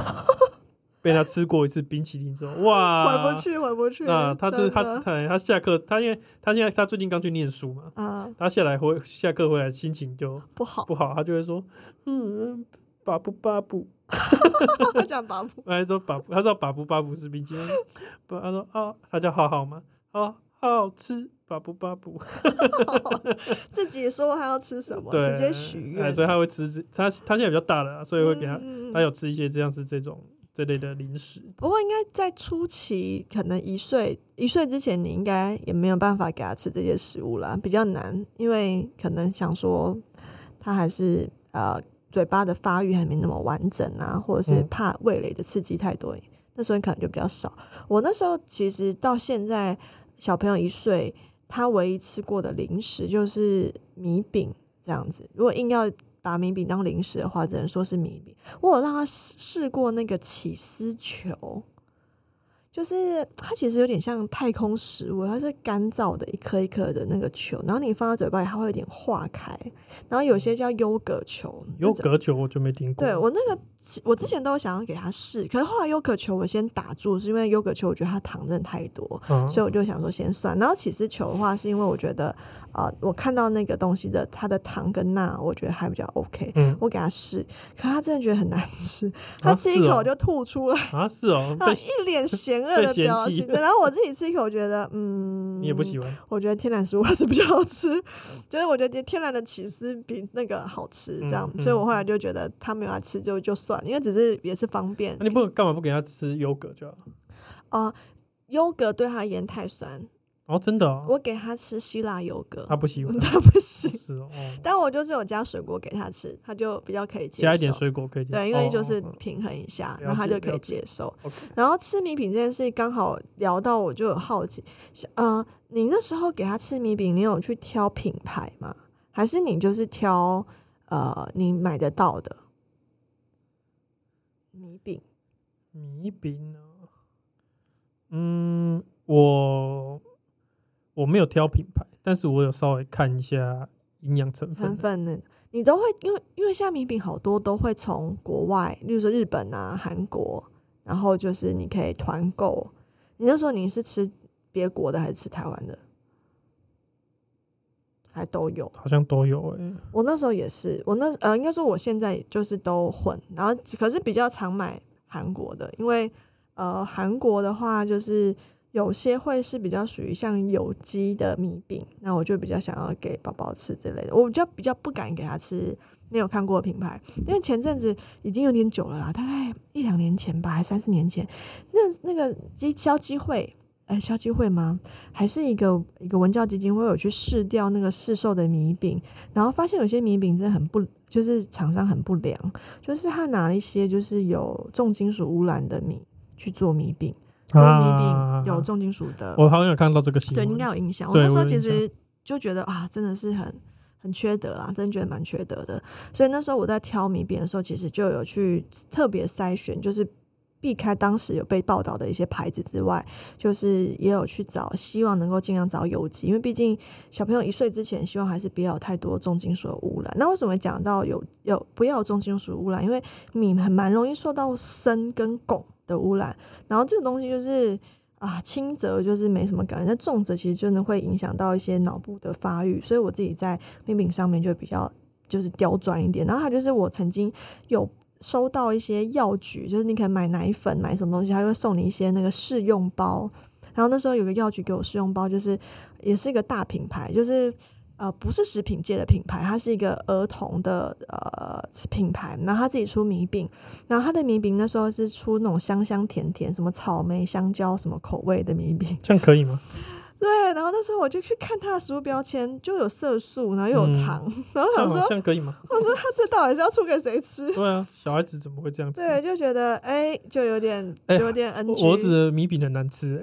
Speaker 2: 被他吃过一次冰淇淋之后，哇，
Speaker 1: 回不去，回不去
Speaker 2: 啊，他就是
Speaker 1: 真
Speaker 2: 他
Speaker 1: 的
Speaker 2: 他他下课，他因为他现在他最近刚去念书嘛，
Speaker 1: 啊，
Speaker 2: 他下来回下课回来心情就
Speaker 1: 不好，
Speaker 2: 不好，他就会说，嗯，巴布巴布，
Speaker 1: 他 [LAUGHS] 讲吧，
Speaker 2: 他说巴布，他知道巴布巴布是冰
Speaker 1: [LAUGHS]
Speaker 2: 淇淋，不，他说啊，他叫浩浩嘛，哦，好吃，巴布巴布，
Speaker 1: 自己说他要吃什么，
Speaker 2: 对，
Speaker 1: 直接许
Speaker 2: 哎
Speaker 1: 愿，
Speaker 2: 所以他会吃这，他他现在比较大了啊，所以会给他，
Speaker 1: 嗯嗯嗯
Speaker 2: 他有吃一些这样是这种这类的零食，
Speaker 1: 不过应该在初期，可能一岁一岁之前，你应该也没有办法给他吃这些食物啦，比较难，因为可能想说他还是呃嘴巴的发育还没那么完整啊，或者是
Speaker 2: 嗯
Speaker 1: 怕味蕾的刺激太多，那时候可能就比较少。我那时候其实到现在小朋友一岁，他唯一吃过的零食就是米饼这样子。如果硬要把米饼当零食的话，只能说是米饼。我有让他试试过那个起司球，就是它其实有点像太空食物，它是干燥的一颗一颗的那个球，然后你放在嘴巴里，它会有点化开。然后有些叫优格球，
Speaker 2: 有格球我就没听过，
Speaker 1: 对我那个，我之前都有想要给他试，可是后来优可球我先打住，是因为优可球我觉得它糖真的太多，
Speaker 2: 嗯，
Speaker 1: 所以我就想说先算。然后起司球的话，是因为我觉得，呃，我看到那个东西的它的糖跟钠，我觉得还比较 OK，
Speaker 2: 嗯
Speaker 1: 我给他试，可他真的觉得很难吃，
Speaker 2: 啊
Speaker 1: 他吃一
Speaker 2: 是哦
Speaker 1: 口就吐出来，
Speaker 2: 啊是哦，
Speaker 1: 然后
Speaker 2: 被
Speaker 1: 一
Speaker 2: [LAUGHS]
Speaker 1: 脸嫌恶
Speaker 2: 被
Speaker 1: 的
Speaker 2: 嫌
Speaker 1: 表
Speaker 2: 弃
Speaker 1: 情。对然后我自己吃一口，我觉得，嗯，
Speaker 2: 你也不喜欢，
Speaker 1: 我觉得天然食物还是比较好吃，就是我觉得天然的起司比那个好吃，这样，
Speaker 2: 嗯嗯
Speaker 1: 所以我后来就觉得他没有来吃就就算，了，因为只是也是方便
Speaker 2: 那、。啊你不干嘛不给他吃优格就好？
Speaker 1: 哦、优格对他而言太酸，
Speaker 2: 哦，真的、哦，
Speaker 1: 我给他吃希腊优格，
Speaker 2: 他，不喜欢
Speaker 1: [LAUGHS] 他不行。
Speaker 2: 是哦，哦
Speaker 1: 但我就是有加水果给他吃，他就比较可以接受。
Speaker 2: 加一点水果可以加，
Speaker 1: 对，因为
Speaker 2: 哦
Speaker 1: 就是
Speaker 2: 哦哦
Speaker 1: 平衡一下，
Speaker 2: 了
Speaker 1: 然后他
Speaker 2: 解
Speaker 1: 就可
Speaker 2: 了
Speaker 1: 以
Speaker 2: 解
Speaker 1: 接受。
Speaker 2: OK
Speaker 1: 然后吃米饼这件事，刚好聊到我就有好奇，像呃，你那时候给他吃米饼，你有去挑品牌吗？还是你就是挑呃你买得到的米饼？
Speaker 2: 米饼呢、嗯，我我没有挑品牌，但是我有稍微看一下营养成
Speaker 1: 成
Speaker 2: 分。
Speaker 1: 分呢？你都会因为因为现在米饼好多都会从国外，例如说日本啊、韩国，然后就是你可以团购。你那时候你是吃别国的还是吃台湾的？还都有。
Speaker 2: 好像都有诶、
Speaker 1: 我那时候也是，我那呃，应该说我现在就是都混，然后可是比较常买韩国的，因为呃，韩国的话就是有些会是比较属于像有机的米饼，那我就比较想要给宝宝吃之类的，我比较比较不敢给他吃没有看过的品牌，因为前阵子已经有点久了啦，大概一两年前吧，还三四年前，那那个基消基会。哎，消基会吗？还是一个一个文教基金会有去试掉那个市售的米饼，然后发现有些米饼真的很不，就是厂商很不良，就是他拿一些就是有重金属污染的米去做米饼，
Speaker 2: 啊
Speaker 1: 因为米饼有重金属的，
Speaker 2: 我好像有看到这个新
Speaker 1: 对，
Speaker 2: 闻，
Speaker 1: 应该有影响。我
Speaker 2: 对
Speaker 1: 那时候
Speaker 2: 我有
Speaker 1: 其
Speaker 2: 印象
Speaker 1: 实就觉得啊，真的是很很缺德啦，真的觉得蛮缺德的。所以那时候我在挑米饼的时候，其实就有去特别筛选，就是避开当时有被报道的一些牌子之外，就是也有去找，希望能够尽量找有机，因为毕竟小朋友一岁之前，希望还是不要有太多重金属的污染。那为什么讲到有有不要有重金属污染？因为米很蛮容易受到砷跟汞的污染，然后这个东西就是。啊，轻则就是没什么感觉，但重则其实真的会影响到一些脑部的发育，所以我自己在命名上面就比较就是刁钻一点。然后还有就是我曾经有收到一些药局，就是你可能买奶粉、买什么东西，他就会送你一些那个试用包。然后那时候有个药局给我试用包，就是也是一个大品牌，就是呃不是食品界的品牌，它是一个儿童的呃品牌，然后他自己出米饼，然后它的米饼那时候是出那种香香甜甜，什么草莓、香蕉什么口味的米饼。 [LAUGHS]
Speaker 2: 这样可以吗？
Speaker 1: 对，然后那时候我就去看它的食物标签，就有色素，然后又
Speaker 2: 嗯
Speaker 1: 有糖， [LAUGHS] 然后
Speaker 2: 这
Speaker 1: 想
Speaker 2: 样
Speaker 1: 说，
Speaker 2: 这样可以吗？
Speaker 1: 我说它这到底是要出给谁吃？
Speaker 2: 对啊，小孩子怎么会这样吃？
Speaker 1: 对，就觉得哎、就有点
Speaker 2: 哎
Speaker 1: 有点 NG，、
Speaker 2: 我儿子的米饼很难吃、欸，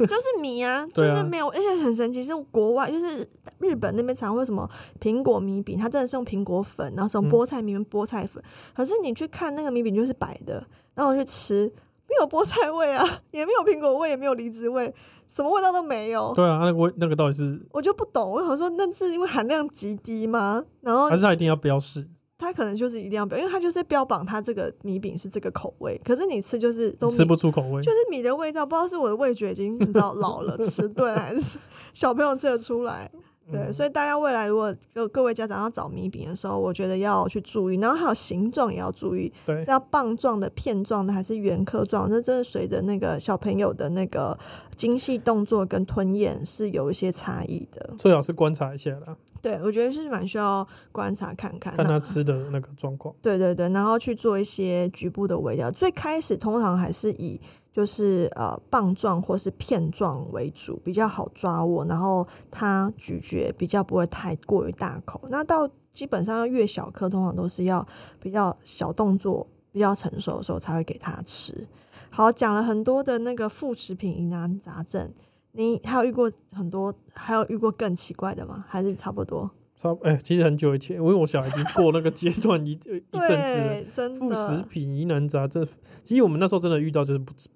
Speaker 1: 就是米啊，就
Speaker 2: 对啊
Speaker 1: 是没有，而且很神奇，是国外就是日本那边常会什么苹果米饼，它真的是用苹果粉，然后什么
Speaker 2: 嗯
Speaker 1: 菠菜米饼、菠菜粉，可是你去看那个米饼就是白的，然后我去吃，没有菠菜味啊， [LAUGHS] 也没有苹果味，也没有梨子味，什么味道都没有，
Speaker 2: 对啊，那个味那个到底是，
Speaker 1: 我就不懂，我想说那是因为含量极低吗？然后
Speaker 2: 还是他一定要标示？
Speaker 1: 它可能就是一定要标，因为它就是标榜它这个米饼是这个口味，可是你吃就是都
Speaker 2: 吃
Speaker 1: 米
Speaker 2: 不出口味
Speaker 1: 就，是米的味道，不知道是我的味觉已经你知道老
Speaker 2: [LAUGHS]
Speaker 1: 了迟钝，还是小朋友吃得出来。对，
Speaker 2: 嗯
Speaker 1: 所以大家未来如果各各位家长要找米饼的时候，我觉得要去注意，然后还有形状也要注意，
Speaker 2: 对
Speaker 1: 是，要棒状的、片状的还是圆颗状？那真的随着那个小朋友的那个精细动作跟吞咽是有一些差异的。
Speaker 2: 最好是观察一下啦，
Speaker 1: 对，我觉得是蛮需要观察看看。
Speaker 2: 看
Speaker 1: 啊那
Speaker 2: 他吃的那个状况。
Speaker 1: 对对对，然后去做一些局部的微调。最开始通常还是以就是呃棒状或是片状为主，比较好抓握，然后它咀嚼比较不会太过于大口。那到基本上越小颗，通常都是要比较小动作、比较成熟的时候才会给它吃。好，讲了很多的那个副食品疑难杂症，你还有遇过很多，还有遇过更奇怪的吗？还是差不多？
Speaker 2: 差不哎、其实很久以前，因为我小孩已经过那个阶段
Speaker 1: [LAUGHS]
Speaker 2: 一呃一阵子了。
Speaker 1: 对，真
Speaker 2: 副食
Speaker 1: 的。
Speaker 2: 品疑难杂症，其实我们那时候真的遇到就是不吃，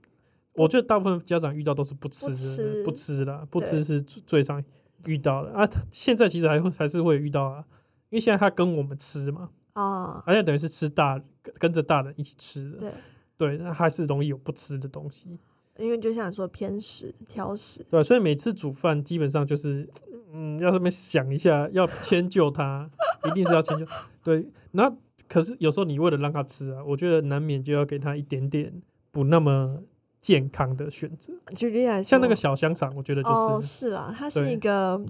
Speaker 2: 我觉得大部分家长遇到都是不吃的，
Speaker 1: 不吃
Speaker 2: 不吃啦，不
Speaker 1: 对
Speaker 2: 吃是最最常遇到的啊。他现在其实还会还是会遇到啊，因为现在他跟我们吃嘛，
Speaker 1: 啊、
Speaker 2: 而且等于是吃大跟跟着大人一起吃的，
Speaker 1: 对。
Speaker 2: 对，那还是容易有不吃的东西，
Speaker 1: 因为就像你说偏食、挑食，
Speaker 2: 对，啊所以每次煮饭基本上就是，嗯，要这么想一下，要迁就他，一定是要迁就。对，那可是有时候你为了让他吃啊，我觉得难免就要给他一点点不那么健康的选择，
Speaker 1: 举例来说，
Speaker 2: 像那个小香肠，我觉得就是，
Speaker 1: 哦，是啦，它是
Speaker 2: 对
Speaker 1: 一个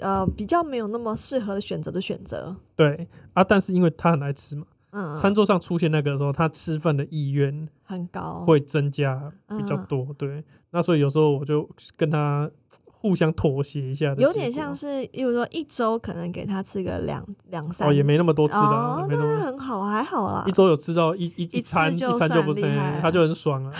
Speaker 1: 呃比较没有那么适合的选择的选择。
Speaker 2: 对啊，但是因为他很爱吃嘛，
Speaker 1: 嗯，
Speaker 2: 餐桌上出现那个的时候，他吃饭的意愿
Speaker 1: 很高，
Speaker 2: 会增加比较
Speaker 1: 哦嗯
Speaker 2: 多，对，那所以有时候我就跟他互相妥协一下的结果，
Speaker 1: 有
Speaker 2: 啊
Speaker 1: 点像是，例如说一周可能给他吃个两两三，
Speaker 2: 哦，也没那么多吃的啊，
Speaker 1: 哦，
Speaker 2: 没那么
Speaker 1: 那很好，还好啦
Speaker 2: 一。周有吃到一一
Speaker 1: 一次
Speaker 2: 餐
Speaker 1: 就
Speaker 2: 一餐就
Speaker 1: 算
Speaker 2: 不是
Speaker 1: 厉害了
Speaker 2: 他就很爽
Speaker 1: [LAUGHS]
Speaker 2: 了、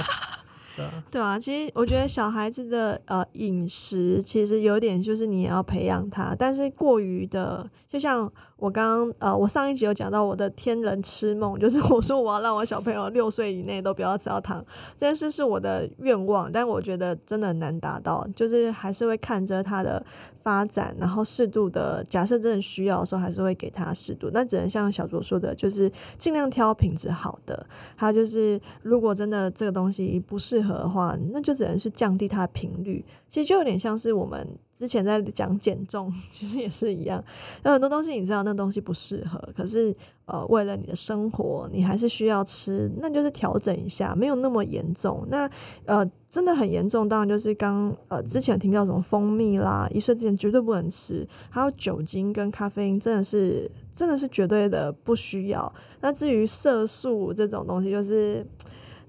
Speaker 2: 对啊，
Speaker 1: 对啊，其实我觉得小孩子的呃饮食其实有点就是你也要培养他，但是过于的，就像我刚刚呃，我上一集有讲到我的天人吃梦，就是 [LAUGHS] 我说我要让我小朋友六岁以内都不要吃到糖，这件事是我的愿望，但我觉得真的很难达到，就是还是会看着他的发展，然后适度的，假设真的需要的时候，还是会给他适度，那只能像小卓说的，就是尽量挑品质好的，还有就是，如果真的这个东西不适合的话，那就只能是降低它的频率。其实就有点像是我们之前在讲减重， [LAUGHS] 其实也是一样。有很多东西你知道那东西不适合，可是呃，为了你的生活，你还是需要吃，那就是调整一下，没有那么严重。那呃，真的很严重，当然就是刚呃之前有听到什么蜂蜜啦，一岁之前绝对不能吃，还有酒精跟咖啡因，真的是真的是绝对的不需要。那至于色素这种东西，就是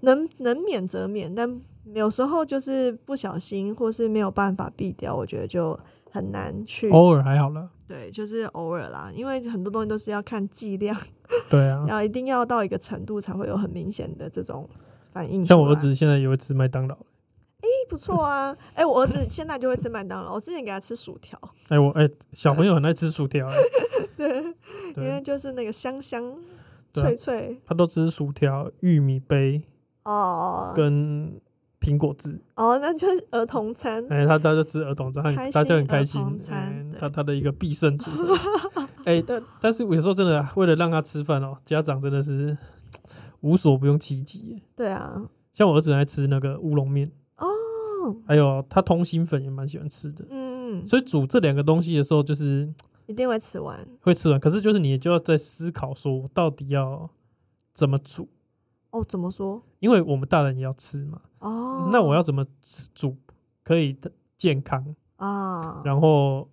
Speaker 1: 能能免则免，但有时候就是不小心或是没有办法避掉，我觉得就很难去。
Speaker 2: 偶尔还好了，
Speaker 1: 对，就是偶尔啦，因为很多东西都是要看剂量，
Speaker 2: 对啊。
Speaker 1: 要一定要到一个程度才会有很明显的这种反应出来。
Speaker 2: 像我儿子现在也会吃麦当劳，
Speaker 1: 诶不错啊，哎、我儿子现在就会吃麦当劳，我之前给他吃薯条， [LAUGHS]
Speaker 2: 哎、我哎、小朋友很爱吃薯条、哎
Speaker 1: 对，因为
Speaker 2: 对，
Speaker 1: 就是那个香香
Speaker 2: 对啊
Speaker 1: 脆脆
Speaker 2: 他都吃薯条、玉米杯
Speaker 1: 哦
Speaker 2: 跟苹果汁，
Speaker 1: 哦，那就是儿童餐。
Speaker 2: 哎、他他就吃儿童餐，他
Speaker 1: 开
Speaker 2: 很他就
Speaker 1: 心
Speaker 2: 很开
Speaker 1: 儿
Speaker 2: 心
Speaker 1: 童，餐
Speaker 2: 哎
Speaker 1: 对
Speaker 2: 他他的一个必胜组合。
Speaker 1: [LAUGHS]
Speaker 2: 哎、但但是有时候真的为了让他吃饭哦，家长真的是无所不用其极。哎
Speaker 1: 对啊，
Speaker 2: 像我儿子很爱吃那个乌龙面，
Speaker 1: 哦，嗯
Speaker 2: 还有他通心粉也蛮喜欢吃的。
Speaker 1: 嗯，
Speaker 2: 所以煮这两个东西的时候，就是
Speaker 1: 一定会吃完。
Speaker 2: 会吃完，可是就是你就要在思考，说我到底要怎么煮，
Speaker 1: 哦，怎么说？
Speaker 2: 因为我们大人也要吃嘛。
Speaker 1: 哦，
Speaker 2: 那我要怎么吃煮可以健康，
Speaker 1: 啊，
Speaker 2: 然后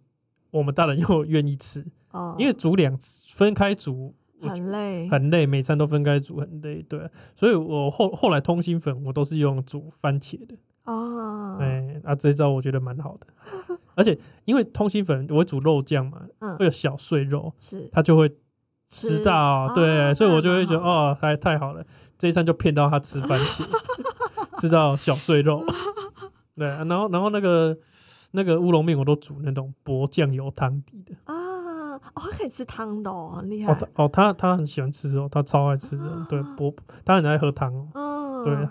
Speaker 2: 我们大人 [LAUGHS] 又愿意吃，
Speaker 1: 哦，
Speaker 2: 因为煮两次分开煮我
Speaker 1: 很累，
Speaker 2: 很累，每餐都分开煮很累，对啊、所以我后后来通心粉我都是用煮番茄的，
Speaker 1: 啊，
Speaker 2: 哎、啊这一招我觉得蛮好的， [LAUGHS] 而且因为通心粉我会煮肉酱嘛，
Speaker 1: 嗯
Speaker 2: 会有小碎肉，
Speaker 1: 是
Speaker 2: 它就会
Speaker 1: 吃
Speaker 2: 吃到，对，
Speaker 1: 啊
Speaker 2: 所以我就
Speaker 1: 那
Speaker 2: 会
Speaker 1: 蛮
Speaker 2: 觉得
Speaker 1: 好
Speaker 2: 哦，还太好了，这一餐就骗到他吃番茄， [LAUGHS] 吃到小碎肉，对，啊然后然后那个那个乌龙面我都煮那种薄酱油汤底的，
Speaker 1: 啊，哦，还可以吃汤的哦，很厉害啊
Speaker 2: 哦，。他哦他他很喜欢吃哦，他超爱吃的，对，薄他很爱喝汤哦，
Speaker 1: 嗯，
Speaker 2: 对，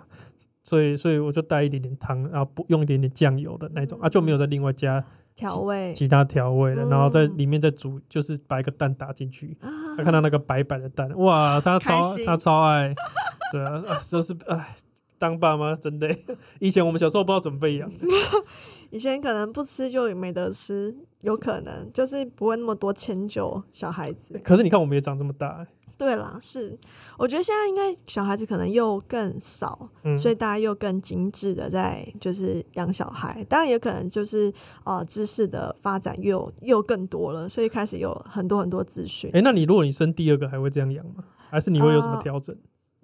Speaker 2: 所以所以我就带一点点汤，然后不用一点点酱油的那种啊，就没有再另外加
Speaker 1: 调味
Speaker 2: 其他调味的，然后在
Speaker 1: 嗯
Speaker 2: 里面再煮，就是把一个蛋打进去，
Speaker 1: 啊
Speaker 2: 他看到那个白白的蛋，哇，他
Speaker 1: 开
Speaker 2: 超
Speaker 1: 心
Speaker 2: 他超爱，对啊，啊就是哎，当爸妈真累。 [LAUGHS] 以前我们小时候不知道怎么喂养，
Speaker 1: 以前可能不吃就没得吃，有可能就是不会那么多迁就小孩子。
Speaker 2: 可是你看我们也长这么大，哎
Speaker 1: 对啦，是，我觉得现在应该小孩子可能又更少，
Speaker 2: 嗯，
Speaker 1: 所以大家又更精致的在就是养小孩。当然也可能就是啊、呃知识的发展又又更多了，所以开始有很多很多资讯。
Speaker 2: 哎、那你如果你生第二个还会这样养吗？还是你会有什么
Speaker 1: 呃
Speaker 2: 调整？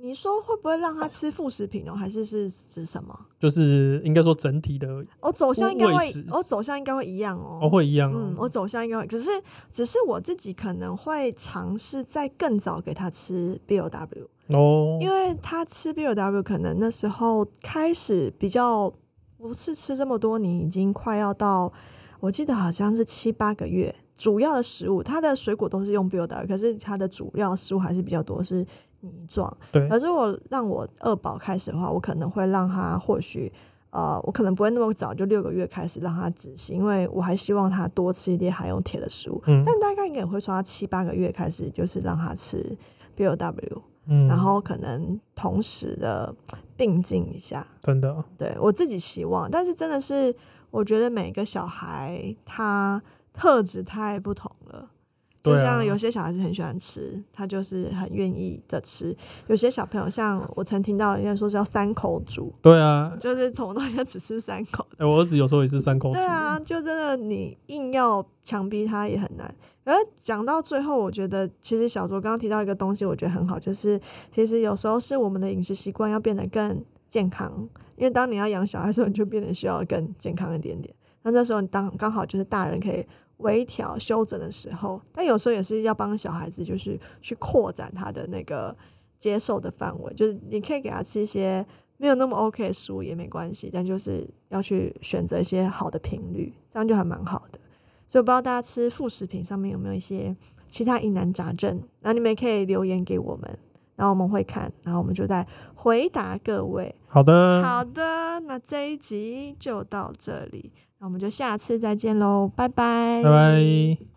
Speaker 1: 你说会不会让他吃副食品哦？还是是指什么？
Speaker 2: 就是应该说整体的
Speaker 1: 哦，走向应该
Speaker 2: 喂
Speaker 1: 会
Speaker 2: 食，
Speaker 1: 哦，走向应该会一样哦。
Speaker 2: 哦会一样
Speaker 1: 嗯，
Speaker 2: 哦
Speaker 1: 我，走向一个，只是只是我自己可能会尝试在更早给他吃 B O W，
Speaker 2: 哦
Speaker 1: 因为他吃 B O W 可能那时候开始比较不是吃这么多年，已经快要到我记得好像是七八个月。主要的食物，它的水果都是用 B O W，可是它的主要食物还是比较多是泥状。
Speaker 2: 对
Speaker 1: 可是我让我二宝开始的话，我可能会让他或许。呃，我可能不会那么早就六个月开始让他执行，因为我还希望他多吃一点含有铁的食物。
Speaker 2: 嗯
Speaker 1: 但大概应该也会说他七八个月开始，就是让他吃 B O W，、
Speaker 2: 嗯，
Speaker 1: 然后可能同时的并进一下。
Speaker 2: 真的啊
Speaker 1: 对我自己希望，但是真的是我觉得每个小孩他特质太不同了。就
Speaker 2: 对啊
Speaker 1: 像有些小孩子很喜欢吃，他就是很愿意的吃；有些小朋友，像我曾听到人家说是要三口煮，
Speaker 2: 对啊，
Speaker 1: 就是从到现只吃三口。
Speaker 2: 哎、我儿子有时候也是三口煮
Speaker 1: 对，啊，就真的你硬要强逼他也很难。而讲到最后，我觉得其实小卓刚刚提到一个东西，我觉得很好，就是其实有时候是我们的饮食习惯要变得更健康，因为当你要养小孩的时候，你就变得需要更健康一点点。那那时候你当刚好就是大人可以微调修整的时候，但有时候也是要帮小孩子，就是去扩展他的那个接受的范围，就是你可以给他吃一些没有那么 OK 的食物也没关系，但就是要去选择一些好的频率，这样就还蛮好的。所以我不知道大家吃副食品上面有没有一些其他疑难杂症，那你们也可以留言给我们，然后我们会看，然后我们就再回答各位。
Speaker 2: 好的，
Speaker 1: 好的，那这一集就到这里，那我们就下次再见喽，拜拜，
Speaker 2: 拜拜。